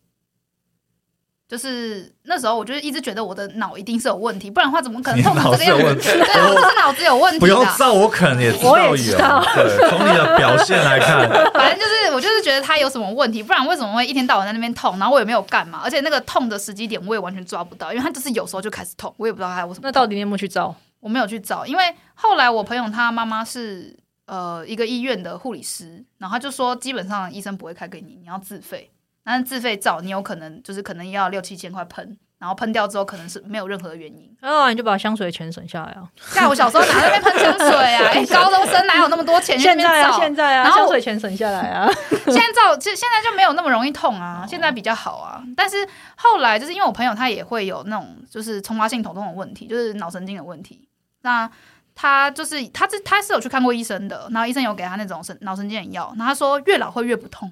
Speaker 2: 就是那时候我就一直觉得我的脑一定是有问题，不然的话怎么可能
Speaker 1: 你
Speaker 2: 痛成
Speaker 1: 脑
Speaker 2: 这
Speaker 1: 是
Speaker 2: 个
Speaker 1: 有
Speaker 2: 样
Speaker 1: 问
Speaker 2: 子？
Speaker 1: 题
Speaker 2: 对啊，我就是脑子有问题
Speaker 1: 不用
Speaker 2: 的。
Speaker 1: 照，我可能也 知
Speaker 3: 我
Speaker 1: 道有。
Speaker 3: 也知道
Speaker 1: 对，从你的表现来 看，
Speaker 2: 反正就是我就是觉得他有什么问题，不然为什么会一天到晚在那边痛？然后我也没有干嘛，而且那个痛的时机点我也完全抓不到，因为他就是有时候就开始痛，我也不知道他为什么痛。
Speaker 3: 那到底你有没有去照？
Speaker 2: 我没有去找，因为后来我朋友他妈妈是呃一个医院的护理师，然后他就说基本上医生不会开给你，你要自费。但是自费照你有可能就是可能要六七千块喷，然后喷掉之后可能是没有任何原因。
Speaker 3: 啊，你就把香水钱省下来啊！
Speaker 2: 像我小时候哪在那边喷香水 啊？哎、高中生哪有那么多哎钱去那
Speaker 3: 现
Speaker 2: 边
Speaker 3: 在啊，
Speaker 2: 照？
Speaker 3: 现在啊，
Speaker 2: 然后
Speaker 3: 香水钱省下来 啊！
Speaker 2: 现在照，其实现在就没有那么容易痛啊，现在比较好啊。但是后来就是因为我朋友他也会有那种就是冲发性头痛的问题，就是脑神经的问题。那他就是他是他是有去看过医生的，然后医生有给他那种神脑神经的药，然后他说越老会越不痛，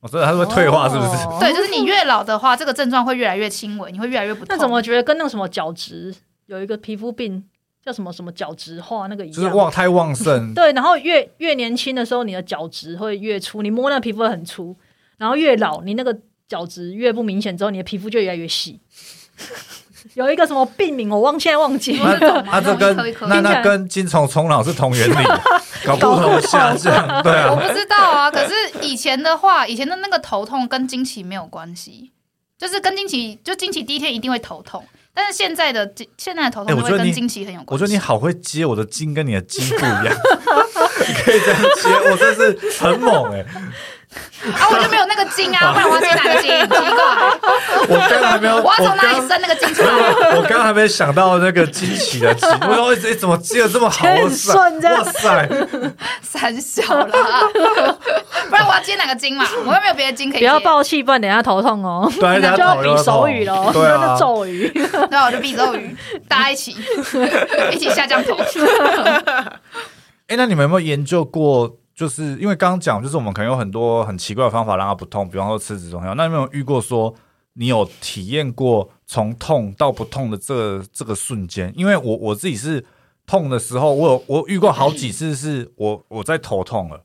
Speaker 1: 我哦真的她是会退化，是不是？
Speaker 3: 哦
Speaker 2: 对，就是你越老的话，这个症状会越来越轻微，你会越来越不痛。
Speaker 3: 那怎么觉得跟那个什么角质有一个皮肤病叫什么什么角质化那个一
Speaker 1: 就是
Speaker 3: 样？
Speaker 1: 旺太旺 盛，
Speaker 3: 对，然后越越年轻的时候，你的角质会越粗，你摸那个皮肤会很粗，然后越老，你那个角质越不明显之后，你的皮肤就越来越 细。有一个什么病名，我忘现在忘 记了。
Speaker 1: 那
Speaker 2: 那
Speaker 1: 那
Speaker 2: 种嘛
Speaker 1: 啊这
Speaker 2: 那种
Speaker 1: 跟
Speaker 2: 一颗一颗
Speaker 1: 那
Speaker 3: 听起
Speaker 1: 那
Speaker 3: 来
Speaker 1: 跟金虫虫脑是同原理，搞不同下降，对
Speaker 2: 我
Speaker 1: 啊。
Speaker 2: 不知道 啊，可是以前的话，以前的那个头痛跟经期没有关系，就是跟经期，就经期第一天一定会头痛，但是现在的经现在的头
Speaker 1: 哎
Speaker 2: 痛
Speaker 1: 我
Speaker 2: 就
Speaker 1: 觉
Speaker 2: 会
Speaker 1: 得
Speaker 2: 跟
Speaker 1: 你
Speaker 2: 经期很有
Speaker 1: 我
Speaker 2: 关
Speaker 1: 觉
Speaker 2: 系。
Speaker 1: 得你好会接，我的筋跟你的筋不一样，你可以这样接，我真是很猛哎、
Speaker 2: 啊，我就没有那个筋 啊，不然我要接哪个筋？奇怪，
Speaker 1: 我刚刚还没有，
Speaker 2: 我要从
Speaker 1: 我
Speaker 2: 哪里
Speaker 1: 刚
Speaker 2: 生那个筋出来？
Speaker 1: 哦我刚刚还没想到那个惊奇的奇，我说哎怎么接的这么好，哇
Speaker 3: 很
Speaker 1: 塞
Speaker 3: 顺这样
Speaker 1: 哇 塞，
Speaker 2: 三小啦，不然我要接哪个筋嘛？我又没有别的筋可以
Speaker 3: 不
Speaker 2: 接，
Speaker 3: 要暴气，不然等一下头痛哦。
Speaker 1: 对啊，人家
Speaker 3: 就要
Speaker 1: 跑又
Speaker 3: 比手语
Speaker 1: 跑
Speaker 3: 喽，
Speaker 1: 对
Speaker 3: 那
Speaker 1: 啊
Speaker 3: 就，咒语。
Speaker 2: 对啊，我就臂周鱼，大家 一起一起下降头。
Speaker 1: 哎，那你们有没有研究过？就是因为刚刚讲，就是我们可能有很多很奇怪的方法让它不痛，比方说吃止痛药。那你有没有遇过说你有体验过从痛到不痛的这个这个瞬间？因为我我自己是痛的时候，我有我遇过好几次是我我在头痛了，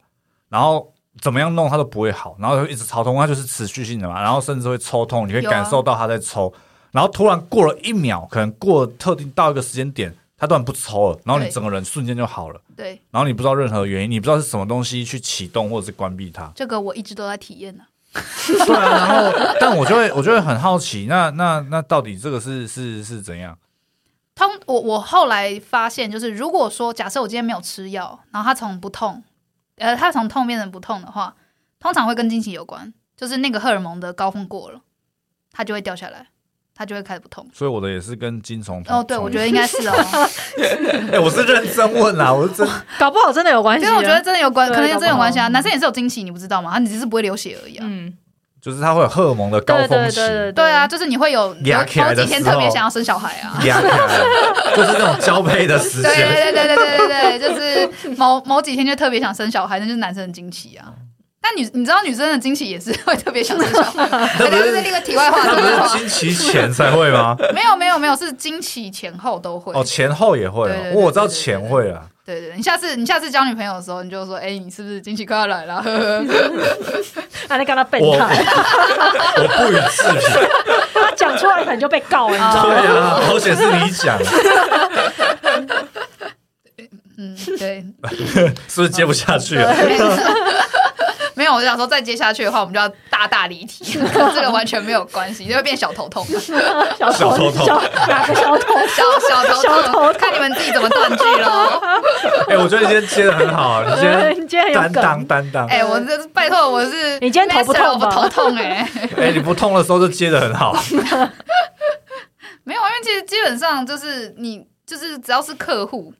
Speaker 1: 然后怎么样弄它都不会好，然后就一直超痛，它就是持续性的嘛，然后甚至会抽痛，你可以
Speaker 2: 有啊
Speaker 1: 感受到它在抽，然后突然过了一秒，可能过了特定到一个时间点，它突然不抽了，然后你
Speaker 2: 对
Speaker 1: 整个人瞬间就好了。
Speaker 2: 对，。
Speaker 1: 然后你不知道任何原因，你不知道是什么东西去启动或者是关闭它
Speaker 2: 这个我一直都在体验呢。
Speaker 1: 对啊，然后 但我就会我就会很好奇，那那那到底这个是是是怎样？
Speaker 2: 通我我后来发现，就是如果说假设我今天没有吃药，然后它从不痛，呃，它从痛变成不痛的话，通常会跟经期有关，就是那个荷尔蒙的高峰过了，它就会掉下来，它就会开始不痛。
Speaker 1: 所以我的也是跟金虫同
Speaker 2: 哦，对，我觉得应该是哦，
Speaker 1: 哎、我是认真问 啦，我是真
Speaker 3: 搞不好真的有关
Speaker 2: 因
Speaker 3: 系。啊
Speaker 2: 为我觉得，真的有关，
Speaker 3: 对
Speaker 2: 可能真的有关系
Speaker 3: 搞
Speaker 2: 啊。
Speaker 3: 不好
Speaker 2: 男生也是有经期，你不知道吗？他你只是不会流血而已啊。
Speaker 3: 嗯，
Speaker 1: 就是它会有荷尔蒙的高
Speaker 3: 对对
Speaker 1: 峰
Speaker 3: 对
Speaker 1: 期，
Speaker 3: 对
Speaker 2: 对啊，，就是你会有
Speaker 1: 压
Speaker 2: 有
Speaker 1: 起来
Speaker 2: 某
Speaker 1: 的
Speaker 2: 几
Speaker 1: 时候
Speaker 2: 天特别想要生小孩啊。
Speaker 1: 压起来就是那种交配的时
Speaker 2: 对
Speaker 1: 间。
Speaker 2: 对对对对对对对，就是某某几天就特别想生小孩，那就是男生的经期啊。但女你知道女生的经期也是会特别想生小孩，
Speaker 1: 那
Speaker 2: 这
Speaker 1: 不
Speaker 2: 个
Speaker 1: 是
Speaker 2: 是另一个题外话，题
Speaker 1: 那不
Speaker 2: 外
Speaker 1: 是
Speaker 2: 话。
Speaker 1: 经期前才会吗？
Speaker 2: 没有没有没有，是经期前后都会。
Speaker 1: 哦，前后也会、
Speaker 2: 对
Speaker 1: 哦。
Speaker 2: 对
Speaker 1: 我
Speaker 2: 对
Speaker 1: 我知道前会 啊，
Speaker 2: 对对，对你下次你下次交女朋友的时候，你就说，哎，你是不是经期快要来了？呵呵
Speaker 3: 啊，你跟他背
Speaker 1: 我
Speaker 3: 他，
Speaker 1: 我不予置评。
Speaker 3: 他讲出来可能就被告了，你知道
Speaker 1: 对
Speaker 3: 吗？
Speaker 1: 啊，好险是你讲，
Speaker 2: 嗯，对，
Speaker 1: 是不是接不下去了？
Speaker 2: 没有，我就想说再接下去的话，我们就要大大离题，跟这个完全没有关系，就会变小头痛，
Speaker 3: 小
Speaker 1: 小偷偷
Speaker 3: 小哪个小偷？
Speaker 2: 小小头
Speaker 3: 小头痛
Speaker 2: 看你们自己怎么断句喽。
Speaker 1: 哎、我觉得你今天接的很 好，啊你今天
Speaker 3: 呃你今天很有
Speaker 1: 担当
Speaker 3: 梗，
Speaker 1: 担当。
Speaker 2: 哎、
Speaker 1: 哎、
Speaker 2: 我这拜托，我是
Speaker 3: 你今天头不痛
Speaker 2: master 我
Speaker 3: 吧
Speaker 2: 头痛哎、
Speaker 1: 你不痛的时候就接的很 好，
Speaker 2: 没有，啊，因为其实基本上就是你就是只要是客户，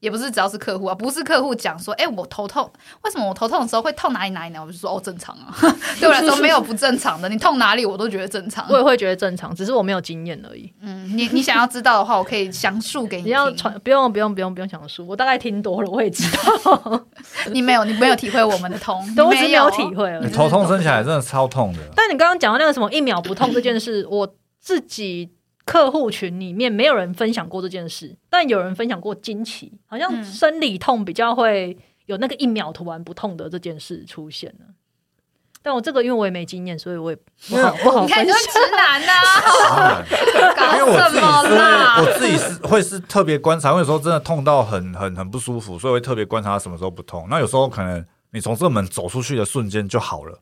Speaker 2: 也不是只要是客户啊，不是客户讲说，哎、我头痛，为什么我头痛的时候会痛哪里哪里呢？我就说哦，正常 啊，对我来说没有不正常的，你痛哪里我都觉得哦正常。
Speaker 3: 我也会觉得正常，只是我没有经验而已。
Speaker 2: 嗯，你你想要知道的话，我可以详述给你
Speaker 3: 你要
Speaker 2: 听
Speaker 3: 传，不用不用不用不用想书，我大概听多了，我也知 道，
Speaker 2: 你没有，你没有体会我们的 痛，
Speaker 3: 对我
Speaker 2: 你
Speaker 3: 只是
Speaker 2: 没
Speaker 3: 没有体会而
Speaker 1: 你
Speaker 3: 已。
Speaker 1: 头痛升起来真的超痛 的，
Speaker 3: 但你刚刚讲到那个什么一秒不痛这件事，我自己客户群里面没有人分享过这件事，但有人分享过惊奇，好像
Speaker 2: 嗯
Speaker 3: 生理痛比较会有那个一秒突然不痛的这件事出现了。但我这个因为我也没经验，所以我也不好不好
Speaker 2: 你看
Speaker 3: 分
Speaker 2: 你
Speaker 3: 享
Speaker 2: 就是。直男 呐、搞
Speaker 3: 啊
Speaker 1: 因为我
Speaker 2: 什
Speaker 1: 自己
Speaker 2: 么
Speaker 1: 是
Speaker 2: 啦？
Speaker 1: 我自己是会是特别观察，因为有时候真的痛到很很很不舒服，所以会特别观察它什么时候不痛。那有时候可能你从这门走出去的瞬间就好了。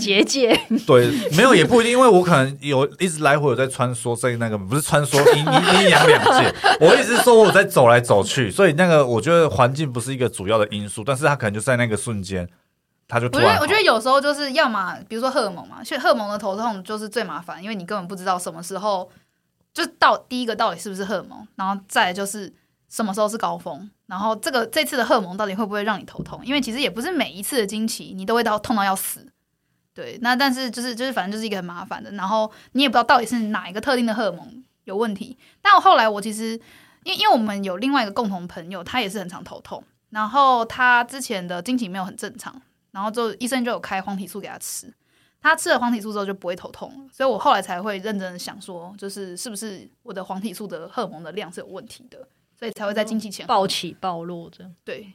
Speaker 3: 结界，
Speaker 1: 对，没有也不一定，因为我可能有一直来回有在穿梭在那个，不是穿梭阴阴阴阳两界。我一直说我在走来走去，所以那个我觉得环境不是一个主要的因素，但是它可能就在那个瞬间，它就突
Speaker 2: 我觉
Speaker 1: 然
Speaker 2: 得，
Speaker 1: 好。
Speaker 2: 我觉得有时候就是要么，比如说荷尔蒙嘛，所以荷尔蒙的头痛就是最麻烦，因为你根本不知道什么时候，就到第一个到底是不是荷尔蒙，然后再来就是什么时候是高峰，然后这个这次的荷尔蒙到底会不会让你头痛？因为其实也不是每一次的经期你都会到痛到要死，对。那但是就是就是反正就是一个很麻烦的，然后你也不知道到底是哪一个特定的荷尔蒙有问题。但我后来我其实因为因为我们有另外一个共同朋友，他也是很常头痛，然后他之前的经期没有很正常。然后就医生就有开黄体素给他吃，他吃了黄体素之后就不会头痛了，所以我后来才会认真的想说，就是是不是我的黄体素的荷尔蒙的量是有问题的，所以才会在经期前后
Speaker 3: 暴起暴落这样。
Speaker 2: 对，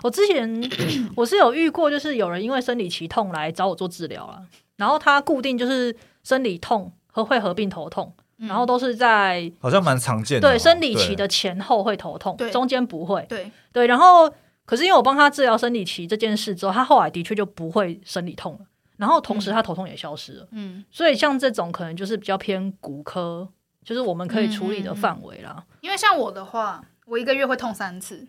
Speaker 3: 我之前我是有遇过，就是有人因为生理期痛来找我做治疗啦，然后他固定就是生理痛和会合并头痛，
Speaker 2: 嗯
Speaker 3: 然后都是在
Speaker 1: 好像蛮常见的哦、
Speaker 3: 对生理期
Speaker 1: 对
Speaker 3: 的前后会头痛
Speaker 2: 对，
Speaker 3: 中间不会。
Speaker 2: 嗯对
Speaker 3: 对，然后可是因为我帮他治疗生理期这件事之后，他后来的确就不会生理痛了，然后同时他头痛也消失了。
Speaker 2: 嗯，
Speaker 3: 所以像这种可能就是比较偏骨科，就是我们可以处理的范围啦。
Speaker 2: 因为像我的话，我一个月会痛三 次。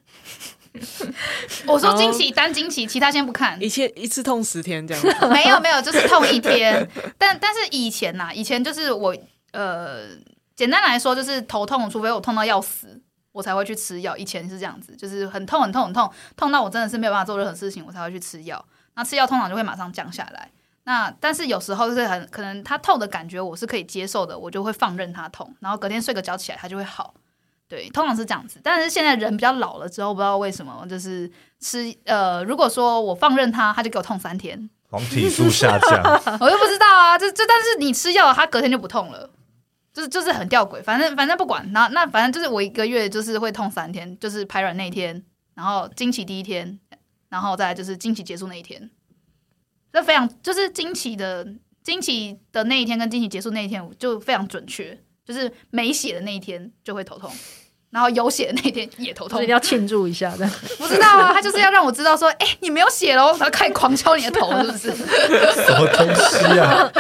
Speaker 2: 我说经期单经期，其他先不看，
Speaker 4: 一切一次痛十天这样子。
Speaker 2: 没有没有，就是痛一天。 但但是以前呐、以前就是我呃，简单来说就是头痛，除非我痛到要死，我才会去吃药。以前是这样子，就是很痛很痛很痛，痛到我真的是没有办法做任何事情，我才会去吃药。那吃药通常就会马上降下来。那但是有时候就是很可能它痛的感觉我是可以接受的，我就会放任它痛，然后隔天睡个觉起来它就会好。对，通常是这样子。但是现在人比较老了之后，不知道为什么就是吃呃，如果说我放任它，它就给我痛三天。
Speaker 1: 黄体素下降，
Speaker 2: 我又不知道啊，这这但是你吃药，它隔天就不痛了，就是就是很吊诡。反正反正不管，那那反正就是我一个月就是会痛三天，就是排卵那一天，然后经期第一天，然后再来就是经期结束那一天。这非常就是经期的经期的那一天跟经期结束那一天就非常准确，就是没血的那一天就会头痛，然后有血的那一天也头
Speaker 3: 所
Speaker 2: 痛
Speaker 3: 以一定。要庆祝一下，这样
Speaker 2: 不知道啊，他就是要让我知道说，哎、你没有血喽，然后开始狂敲你的头，是不是？
Speaker 1: 什么东西啊？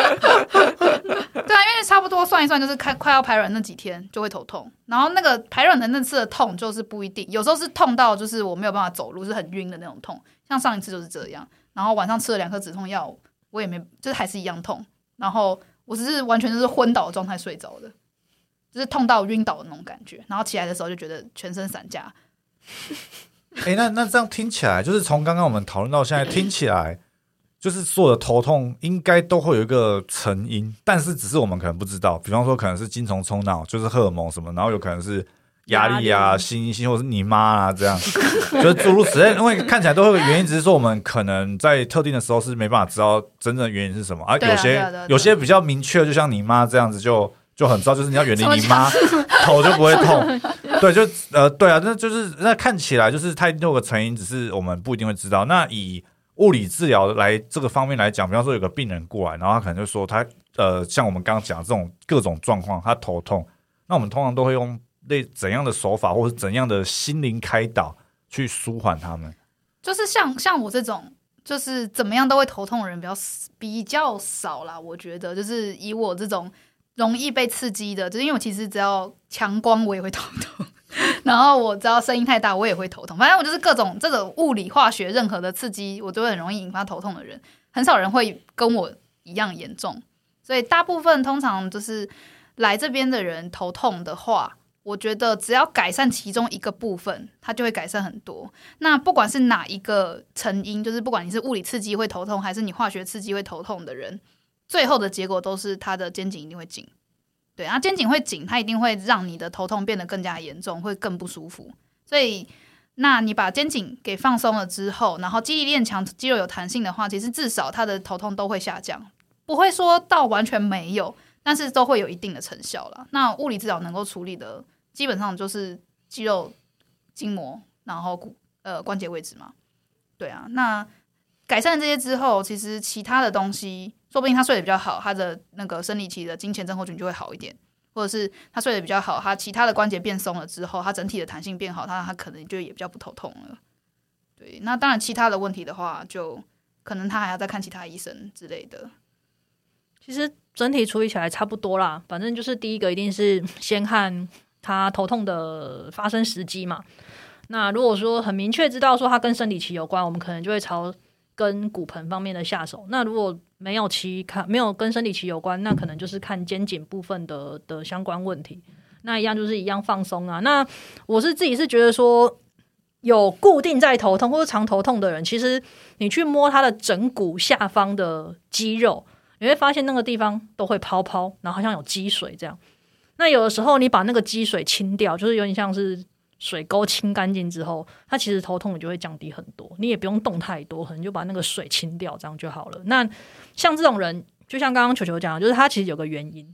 Speaker 2: 对啊，因为差不多算一算，就是看快要排卵那几天就会头痛，然后那个排卵的那次的痛就是不一定，有时候是痛到就是我没有办法走路，是很晕的那种痛，像上一次就是这样。然后晚上吃了两颗止痛药，我也没就是还是一样痛，然后我只是完全就是昏倒的状态睡着的，就是痛到晕倒的那种感觉，然后起来的时候就觉得全身散架。
Speaker 1: 哎、那那这样听起来，就是从刚刚我们讨论到现在，听起来就是所有的头痛应该都会有一个成因，但是只是我们可能不知道。比方说，可能是精虫冲脑，就是荷尔蒙什么，然后有可能是压力
Speaker 3: 压
Speaker 1: 啊、
Speaker 3: 力
Speaker 1: 心心或者是你妈啊这样，就是诸如此类。因为看起来都会有原因，只是说我们可能在特定的时候是没办法知道真正的原因是什么。而、
Speaker 2: 对啊
Speaker 1: 有些、
Speaker 2: 对啊对啊对啊
Speaker 1: 有些比较明确，就像你妈这样子就。就很知道，就是你要远离
Speaker 2: 怎么
Speaker 1: 你 妈，头就不会痛。对，就呃，对啊，那就是那看起来就是它一定有个成因，只是我们不一定会知道。那以物理治疗来这个方面来讲，比方说有个病人过来，然后他可能就说他呃，像我们刚刚讲的这种各种状况，他头痛，那我们通常都会用类怎样的手法或者怎样的心灵开导去舒缓他们。
Speaker 2: 就是像像我这种，就是怎么样都会头痛的人比较比较少啦。我觉得，就是以我这种容易被刺激的，就是因为我其实只要强光我也会头痛， 然后我只要声音太大我也会头痛，反正我就是各种这种物理、化学任何的刺激，我都会很容易引发头痛的人。很少人会跟我一样严重，所以大部分通常就是来这边的人头痛的话，我觉得只要改善其中一个部分，它就会改善很多。那不管是哪一个成因，就是不管你是物理刺激会头痛，还是你化学刺激会头痛的人，最后的结果都是他的肩颈一定会紧。对，然后肩颈会紧，它一定会让你的头痛变得更加严重，会更不舒服。所以，那你把肩颈给放松了之后，然后肌力练强，肌肉有弹性的话，其实至少它的头痛都会下降，不会说到完全没有，但是都会有一定的成效了。那物理治疗能够处理的，基本上就是肌肉、筋膜，然后骨呃关节位置嘛。对啊，那改善这些之后，其实其他的东西，说不定他睡得比较好，他的那个生理期的经前症候群就会好一点，或者是他睡得比较好，他其他的关节变松了之后，他整体的弹性变好，他他可能就也比较不头痛了。对，那当然其他的问题的话，就可能他还要再看其他医生之类 的。
Speaker 3: 其实整体处理起来差不多啦，反正就是第一个一定是 先看他头痛的发生时机嘛。那如果说很明确知道说它跟生理期有关，我们可能就会朝跟骨盆方面的下手。那如果没有期看没有跟生理期有关，那可能就是看肩颈部分的的相关问题。那一样就是一样放松啊。那我是自己是觉得说，有固定在头痛或者常头痛的人，其实你去摸他的枕骨下方的肌肉，你会发现那个地方都会泡泡，然后好像有积水这样。那有的时候你把那个积水清掉，就是有点像是水沟清干净之后，它其实头痛也就会降低很多。你也不用动太多，可能就把那个水清掉，这样就好了。那像这种人，就像刚刚球球讲的，就是他其实有个原因，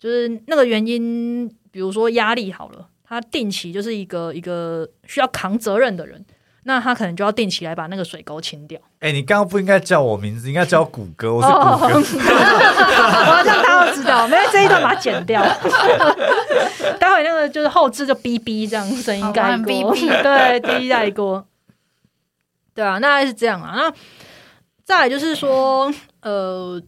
Speaker 3: 就是那个原因，比如说压力好了，他定期就是一个一个需要扛责任的人，那他可能就要定期来把那个水沟清掉。
Speaker 1: 哎、你刚刚不应该叫我名字，应该叫谷歌，我是
Speaker 2: 哦
Speaker 1: 谷歌。
Speaker 3: 我要让大家都知道，没有这一段把它剪掉。待会那个就是后置就哔哔这样声音盖
Speaker 2: 好
Speaker 3: 过，
Speaker 2: 哔哔
Speaker 3: 对，哔哔盖过。对啊，那大概是这样啊。那再来就是说，呃，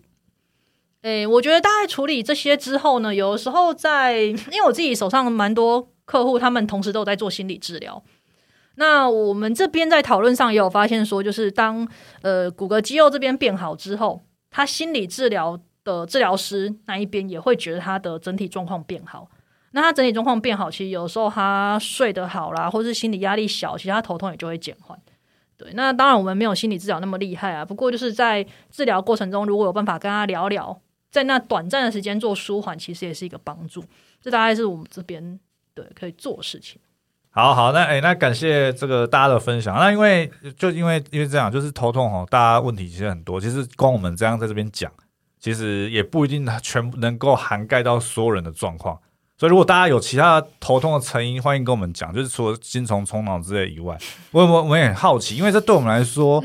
Speaker 3: 诶、我觉得大概处理这些之后呢，有时候在，因为我自己手上蛮多客户，他们同时都有在做心理治疗。那我们这边在讨论上也有发现说，就是当呃骨骼肌肉这边变好之后，他心理治疗的治疗师那一边也会觉得他的整体状况变好。那他整体状况变好，其实有时候他睡得好啦，或是心理压力小，其实他头痛也就会减缓。对，那当然我们没有心理治疗那么厉害啊，不过就是在治疗过程中，如果有办法跟他聊聊，在那短暂的时间做舒缓，其实也是一个帮助。这大概是我们这边对可以做的事情。
Speaker 1: 好好，那哎、那感谢这个大家的分享。那因为就因为因为这样，就是头痛哦，大家问题其实很多。其实光我们这样在这边讲，其实也不一定全部能够涵盖到所有人的状况。所以如果大家有其他头痛的成因，欢迎跟我们讲。就是除了精虫冲脑之类以外，我我我们也很好奇，因为这对我们来说，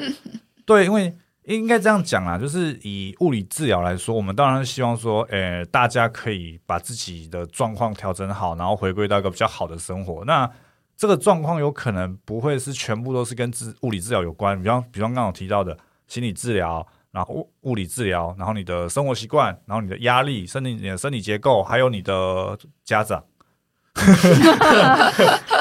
Speaker 1: 对，因为应该这样讲啦，就是以物理治疗来说，我们当然希望说，呃，大家可以把自己的状况调整好，然后回归到一个比较好的生活。那这个状况有可能不会是全部都是跟治物理治疗有关，比方比方刚刚有提到的心理治疗，然后物物理治疗，然后你的生活习惯，然后你的压力、身体、你的身体结构，还有你的家长。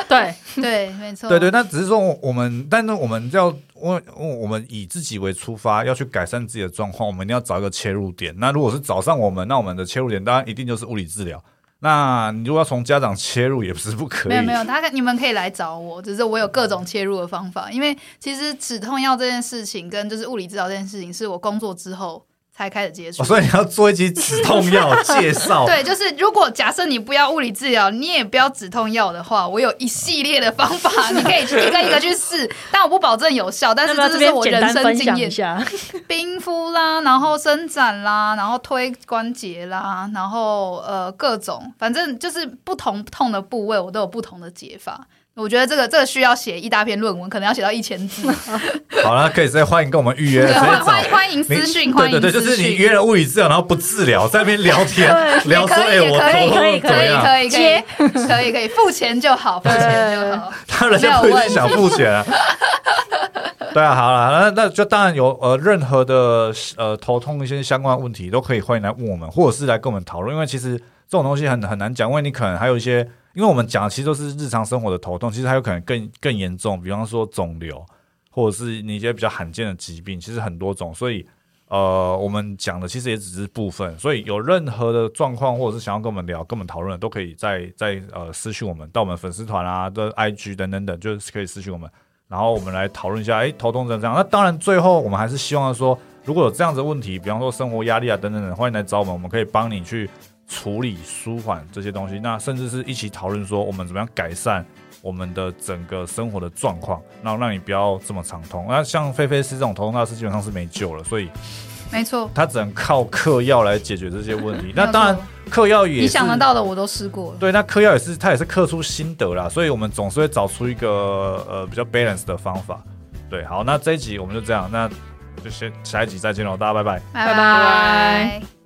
Speaker 3: 对，
Speaker 2: 对，没错。
Speaker 1: 对对，那只是说我我们，但是我们要我我我们以自己为出发，要去改善自己的状况，我们一定要找一个切入点。那如果是找上我们，那我们的切入点当然一定就是物理治疗。那你如果要从家长切入，也不是不可以。
Speaker 2: 没有没有，他可你们可以来找我，只是我有各种切入的方法。因为其实止痛药这件事情跟就是物理治疗这件事情，是我工作之后才开始接触。
Speaker 1: 哦 所以你哦要做一集止痛 药 介绍。
Speaker 2: 对，就是如果假设你不要物理治疗，你也不要止痛药的话，我有一系列的方法，你可以一个一个去试，但我不保证有效，但
Speaker 3: 那
Speaker 2: 是
Speaker 3: 么
Speaker 2: 这
Speaker 3: 这
Speaker 2: 是
Speaker 3: 边
Speaker 2: 我
Speaker 3: 简
Speaker 2: 人
Speaker 3: 单
Speaker 2: 生
Speaker 3: 分
Speaker 2: 经
Speaker 3: 享
Speaker 2: 验
Speaker 3: 一。下，
Speaker 2: 冰敷啦，然后伸展啦，然后推关节啦，然后呃各种，反正就是不同痛的部位，我都有不同的解法。我觉得这个这个需要写一大篇论文，可能要写到一千字。
Speaker 1: 好了，可以再欢迎跟我们预约，直
Speaker 2: 对，
Speaker 1: 接
Speaker 2: 欢
Speaker 1: 找。
Speaker 2: 欢欢迎私
Speaker 1: 你
Speaker 2: 讯，
Speaker 1: 对
Speaker 2: 欢
Speaker 1: 对
Speaker 2: 迎
Speaker 1: 对，就
Speaker 2: 私
Speaker 1: 是你
Speaker 2: 讯。
Speaker 1: 约了物理治疗，然后不治疗，在那边聊 天，聊说哎、
Speaker 2: 也
Speaker 1: 我
Speaker 2: 可以，
Speaker 1: 头
Speaker 2: 可以，
Speaker 1: 痛怎
Speaker 2: 可
Speaker 1: 么
Speaker 2: 以，
Speaker 1: 样？
Speaker 2: 可以，可以，可以，可以，可以，付钱就好，付钱就好。
Speaker 1: 他人家不一定想付钱、啊。 对啊，好了，那那就当然有呃，任何的呃头痛一些相关问题都可以欢迎来问我们，或者是来跟我们讨论，因为其实这种东西很很难讲，因为你可能还有一些，因为我们讲的其实都是日常生活的头痛，其实还有可能更更严重，比方说肿瘤，或者是你一些比较罕见的疾病，其实很多种，所以呃，我们讲的其实也只是部分，所以有任何的状况或者是想要跟我们聊、跟我们讨论的，都可以在在呃私讯我们，到我们粉丝团啊、的 IG 等等等，就是可以私讯我们，然后我们来讨论一下，哎，头痛成这样。那当然，最后我们还是希望说，如果有这样子的问题，比方说生活压力啊等等等，欢迎来找我们，我们可以帮你去处理、舒缓这些东西。那甚至是一起讨论说，我们怎么样改善我们的整个生活的状况，然后让你不要这么长痛。那像菲菲是这种头痛大师，基本上是没救了，所以。
Speaker 2: 没错，
Speaker 1: 他只能靠嗑药来解决这些问题。
Speaker 2: 没有
Speaker 1: 那
Speaker 2: 错
Speaker 1: 当然，嗑药也
Speaker 2: 你想
Speaker 1: 是
Speaker 2: 得到的我都试过了。
Speaker 1: 对，那嗑药也是他也是嗑出心得啦，所以我们总是会找出一个呃比较 balance 的方法。对，好，那这一集我们就这样，那就先下一集再见喽，大家拜拜。
Speaker 2: 拜
Speaker 4: 拜
Speaker 2: 拜。